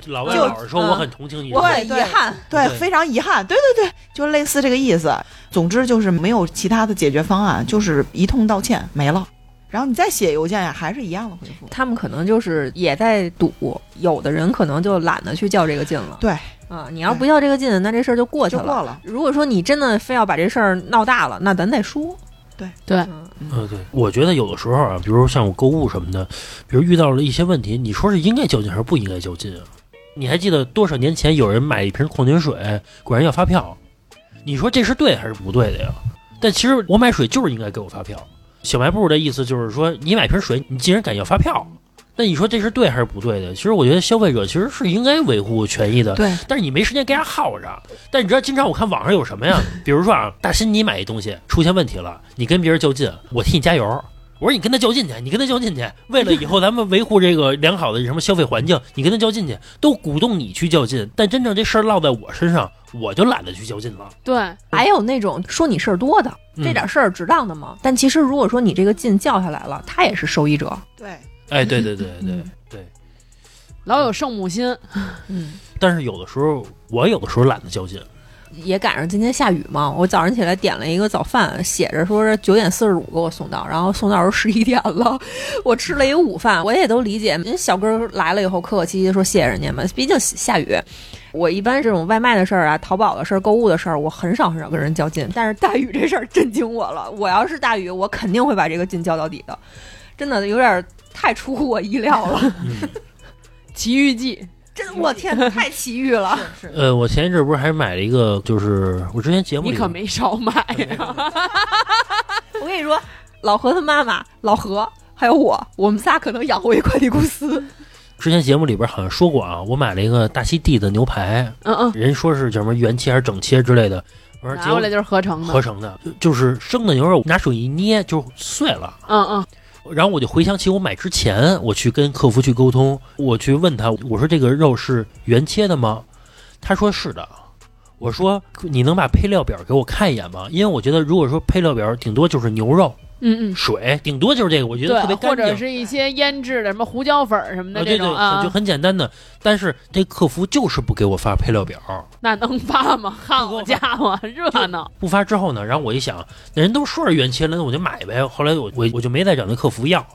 Speaker 1: 老外
Speaker 4: 就
Speaker 1: 老是说
Speaker 3: 嗯
Speaker 1: 我很同情你，
Speaker 3: 我很遗
Speaker 4: 对
Speaker 3: 憾。
Speaker 4: 对，
Speaker 1: 对
Speaker 4: 非常遗憾，对对对，就类似这个意思。总之就是没有其他的解决方案，就是一通道歉没了。然后你再写邮件呀，还是一样的回复。
Speaker 3: 他们可能就是也在赌，有的人可能就懒得去较这个劲了。
Speaker 4: 对
Speaker 3: 啊，你要不较这个劲，那这事儿就过去
Speaker 4: 就
Speaker 3: 了。
Speaker 4: 过 了，
Speaker 3: 如果说你真的非要把这事儿闹大了，那咱再说。
Speaker 4: 对
Speaker 2: 对
Speaker 3: 嗯
Speaker 1: 嗯，对，我觉得有的时候啊，比如像我购物什么的，比如遇到了一些问题，你说是应该较劲还是不应该较劲啊？你还记得多少年前有人买一瓶矿泉水，果然要发票，你说这是对还是不对的呀？但其实我买水就是应该给我发票。小卖部的意思就是说，你买瓶水，你竟然敢要发票，那你说这是对还是不对的？其实我觉得消费者其实是应该维护权益的，
Speaker 4: 对，
Speaker 1: 但是你没时间跟人家耗着。但你知道，经常我看网上有什么呀？比如说啊，大新你买一东西出现问题了，你跟别人较劲，我替你加油。我说你跟他较劲去，你跟他较劲去，为了以后咱们维护这个良好的什么消费环境， 你跟他较劲去，都鼓动你去较劲。但真正这事儿落在我身上，我就懒得去较劲了。 嗯
Speaker 2: 对，
Speaker 3: 还有那种说你事儿多的，这点事儿值当的吗？
Speaker 4: 嗯
Speaker 3: 但其实如果说你这个劲较下来了，他也是受益者。
Speaker 4: 对，
Speaker 1: 哎，对对对对
Speaker 3: 嗯
Speaker 1: 对。
Speaker 2: 老有圣母心，
Speaker 3: 嗯，
Speaker 1: 但是有的时候，我有的时候懒得较劲。
Speaker 3: 也赶上今天下雨嘛，我早上起来点了一个早饭，写着说是九点四十五给我送到，然后送到时候十一点了， 我吃了一个午饭，我也都理解，人小哥儿来了以后客客气气地说谢谢人家嘛，毕竟下雨。我一般这种外卖的事儿啊、淘宝的事儿、购物的事儿，我很少很少跟人较劲。但是大宇这事儿震惊我了，我要是大宇，我肯定会把这个劲较到底的，真的有点儿太出乎我意料了，
Speaker 1: 嗯，
Speaker 2: 奇遇记，
Speaker 3: 真我天，太奇遇了。
Speaker 4: 是是，
Speaker 1: 呃，我前一阵儿不是还买了一个，就是我之前节目
Speaker 2: 你
Speaker 1: 里
Speaker 2: 可没少买啊呀。
Speaker 3: 我跟你说，老何他妈妈、老何还有我，我们仨可能养活一快递公司。
Speaker 1: 之前节目里边好像说过啊，我买了一个大溪地的牛排，
Speaker 2: 嗯 嗯，
Speaker 1: 人说是叫什么原切还是整切之类的，我说
Speaker 2: 拿过来
Speaker 1: 结
Speaker 2: 就是合成
Speaker 1: 果
Speaker 2: 的，
Speaker 1: 合成的，就就是生的牛肉，拿手一捏就碎了。
Speaker 2: 嗯嗯
Speaker 1: 然后我就回想起我买之前，我去跟客服去沟通，我去问他，我说这个肉是原切的吗？他说是的。我说你能把配料表给我看一眼吗？因为我觉得如果说配料表顶多就是牛肉、
Speaker 2: 嗯嗯，
Speaker 1: 水，顶多就是这个，我觉得特别
Speaker 2: 对，
Speaker 1: 干
Speaker 2: 或者
Speaker 1: 净。
Speaker 2: 是一些腌制的什么胡椒粉儿什么
Speaker 1: 啊，
Speaker 2: 的
Speaker 1: 对
Speaker 2: 这
Speaker 1: 对，
Speaker 2: 种啊
Speaker 1: 就，很简单的，但是这客服就是不给我发配料表，
Speaker 2: 那能发 吗？好家伙，热闹！
Speaker 1: 不发之后呢，然后我一想，那人都说是原切了，那我就买呗。后来我我我就没再找那客服要，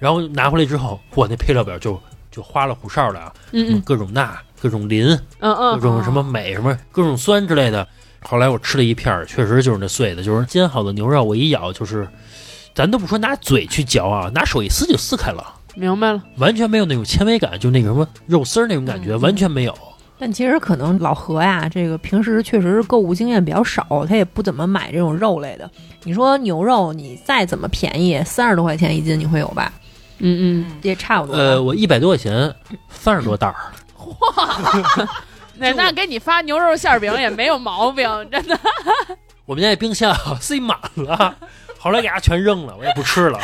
Speaker 1: 然后拿回来之后，我那配料表就就花里胡哨的啊，什么
Speaker 2: 嗯
Speaker 1: 各种钠、各种磷、
Speaker 2: 嗯
Speaker 1: 各
Speaker 2: 嗯嗯，
Speaker 1: 种什么镁、什么各种酸之类的。后来我吃了一片儿，确实就是那碎的，就是煎好的牛肉，我一咬就是，咱都不说拿嘴去嚼啊，拿手一撕就撕开了，
Speaker 2: 明白了。
Speaker 1: 完全没有那种纤维感，就那个什么肉丝儿那种感觉，
Speaker 5: 嗯
Speaker 1: 完全没有。
Speaker 5: 但其实可能老何呀，这个平时确实是购物经验比较少，他也不怎么买这种肉类的。你说牛肉，你再怎么便宜，三十多块钱一斤，你会有吧？
Speaker 2: 嗯嗯，
Speaker 5: 也差不多吧。
Speaker 1: 呃，我一百多块钱，三十多袋儿，
Speaker 2: 那那给你发牛肉馅儿饼也没有毛病，真的。
Speaker 1: 我们家那冰箱 啊塞满了，后来给它全扔了，我也不 吃了。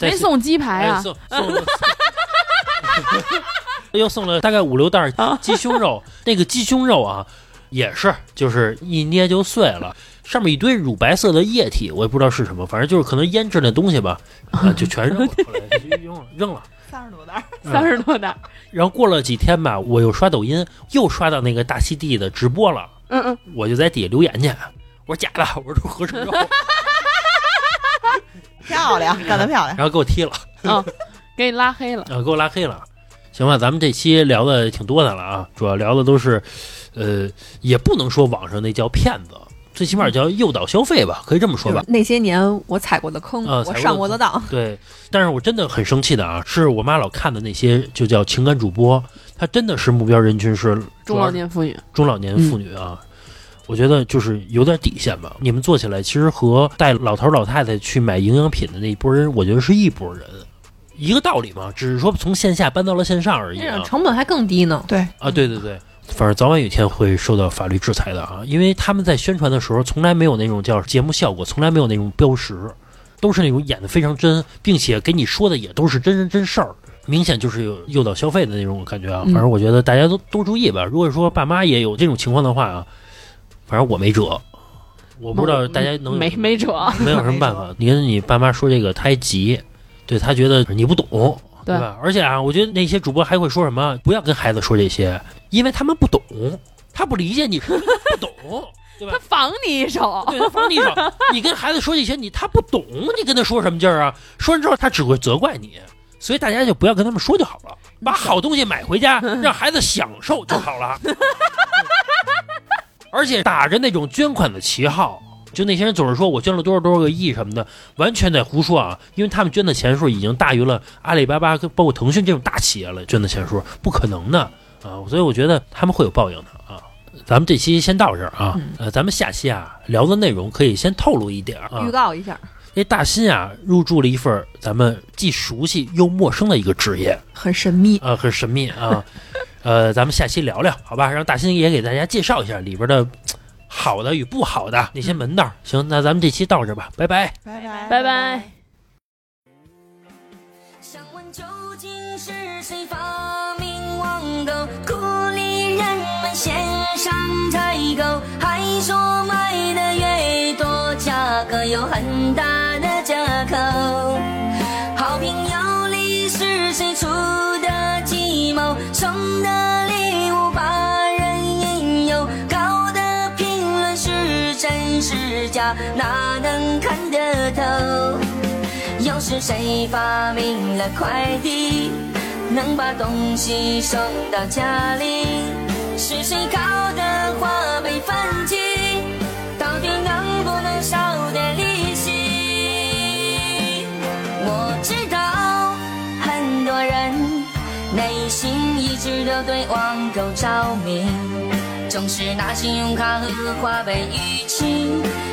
Speaker 2: 没送鸡排
Speaker 1: 哎
Speaker 2: 啊？
Speaker 1: 送送了。 又送了大概五六袋儿
Speaker 2: 啊
Speaker 1: 鸡胸肉，那个鸡胸肉啊，也是就是一捏就碎了，上面一堆乳白色的液体，我也不知道是什么，反正就是可能腌制那东西吧， 啊，就全扔了，后来就扔了扔了。
Speaker 4: 三十多袋，
Speaker 1: 嗯
Speaker 2: 三十多袋。
Speaker 1: 然后过了几天吧，我又刷抖音，又刷到那个大溪地的直播了，
Speaker 2: 嗯嗯，
Speaker 1: 我就在底下留言去，我说假的，我说这合成肉，
Speaker 4: 漂亮，干得漂亮。
Speaker 1: 然后给我踢了，
Speaker 2: 给你拉黑了。
Speaker 1: 然后给我拉黑了。行吧，咱们这期聊的挺多的了啊，主要聊的都是，呃，也不能说网上那叫骗子，最起码叫诱导消费吧，可以这么说
Speaker 3: 嗯
Speaker 1: 吧。
Speaker 5: 那些年我踩过的坑，
Speaker 1: 啊
Speaker 5: 我
Speaker 1: 踩过的
Speaker 5: 上过的当，
Speaker 1: 对，但是我真的很生气的啊，是我妈老看的那些就叫情感主播，她真的是目标人群是
Speaker 2: 中老年妇女，
Speaker 1: 中老年妇女啊，我觉得就是有点底线吧。你们做起来其实和带老头老太太去买营养品的那一波人，我觉得是一波人，一个道理嘛，只是说从线下搬到了线上而已
Speaker 5: 这
Speaker 1: 啊
Speaker 5: 种。成本还更低呢。
Speaker 4: 对，
Speaker 1: 啊，对对对，反正早晚有一天会受到法律制裁的啊，因为他们在宣传的时候从来没有那种叫节目效果，从来没有那种标识，都是那种演的非常真，并且给你说的也都是真人真事儿。明显就是有诱导消费的那种感觉啊，
Speaker 2: 嗯
Speaker 1: 反正我觉得大家都多注意吧。如果说爸妈也有这种情况的话啊，反正我没辙，我不知道大家能有
Speaker 2: 嗯没
Speaker 1: 什么嗯
Speaker 2: 没辙。
Speaker 1: 没有什么办法。你跟你爸妈说这个，他还急，对他觉得你不懂，
Speaker 2: 对
Speaker 1: 吧？而且啊，我觉得那些主播还会说什么，不要跟孩子说这些，因为他们不懂，他不理解你，不 懂。
Speaker 2: 他防你一手。
Speaker 1: 对他放地上，你跟孩子说这些，你他不懂，你跟他说什么劲儿啊？说完之后，他只会责怪你。所以大家就不要跟他们说就好了，把好东西买回 家，让孩子享受就好了。 而且打着那种捐款的旗号，就那些人总是说我捐了多少多少个亿什么的，完全在胡说啊！因为他们捐的钱数已经大于了阿里巴巴跟包括腾讯这种大企业了，捐的钱数不可能的啊！所以我觉得他们会有报应的啊！咱们这期先到这儿啊，呃，咱们下期啊聊的内容可以先透露一点儿啊
Speaker 5: 预。告一下，
Speaker 1: 这大新啊入驻了一份儿咱们既熟悉又陌生的一个职业，
Speaker 5: 很神秘。
Speaker 1: 啊，很神秘啊，呃，咱们下期聊聊好吧？让大新也给大家介绍一下里边的好的与不好的那些门道儿。行，那咱们这期到这儿吧，拜拜。
Speaker 4: 拜拜
Speaker 2: 拜拜。
Speaker 6: 想问究竟是谁发明王豆，鼓励人们献上采购，还说卖的越多，价格有很大的折扣。好评有礼是谁出的计谋，送的礼物把人引诱，高的评论是真是假，哪能看得透？又是谁发明了快递，能把东西送到家里？是谁烤的花被放弃？到底能不能少点利息？我知道很多人内心一直都对网购着迷，总是拿信用卡和花呗逾期，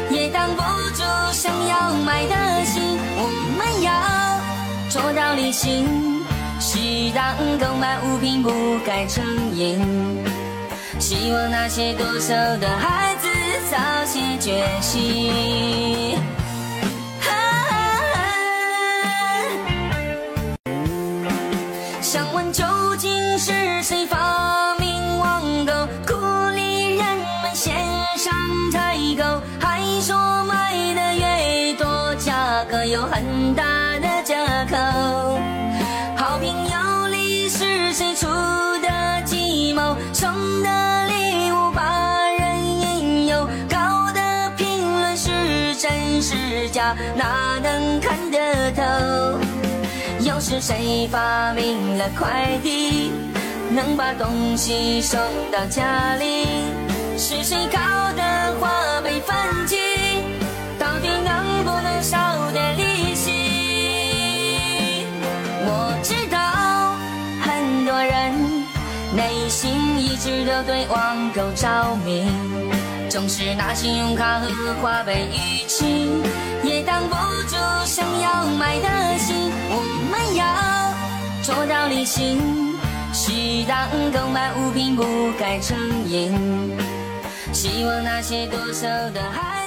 Speaker 6: 也挡不住想要买的心。我们要做到理性，适当购买物品不该成瘾。希望那些剁手的孩子早些觉醒。啊想问究竟是谁发明网购，鼓励人们线上采购，还说买的越多，价格有很大的折扣。好评有理是谁出的计谋，送的礼物把人引诱，高的评论是真是假，哪能看得透？又是谁发明了快递，能把东西送到家里？是谁搞的花呗分期，到底能不能少点利息？我知道很多人内心一直都对网购着迷，总是拿信用卡和花呗逾期，也挡不住想要买的心。我们要做到理性，适当购买物品不该成瘾。希望那些剁手的孩子。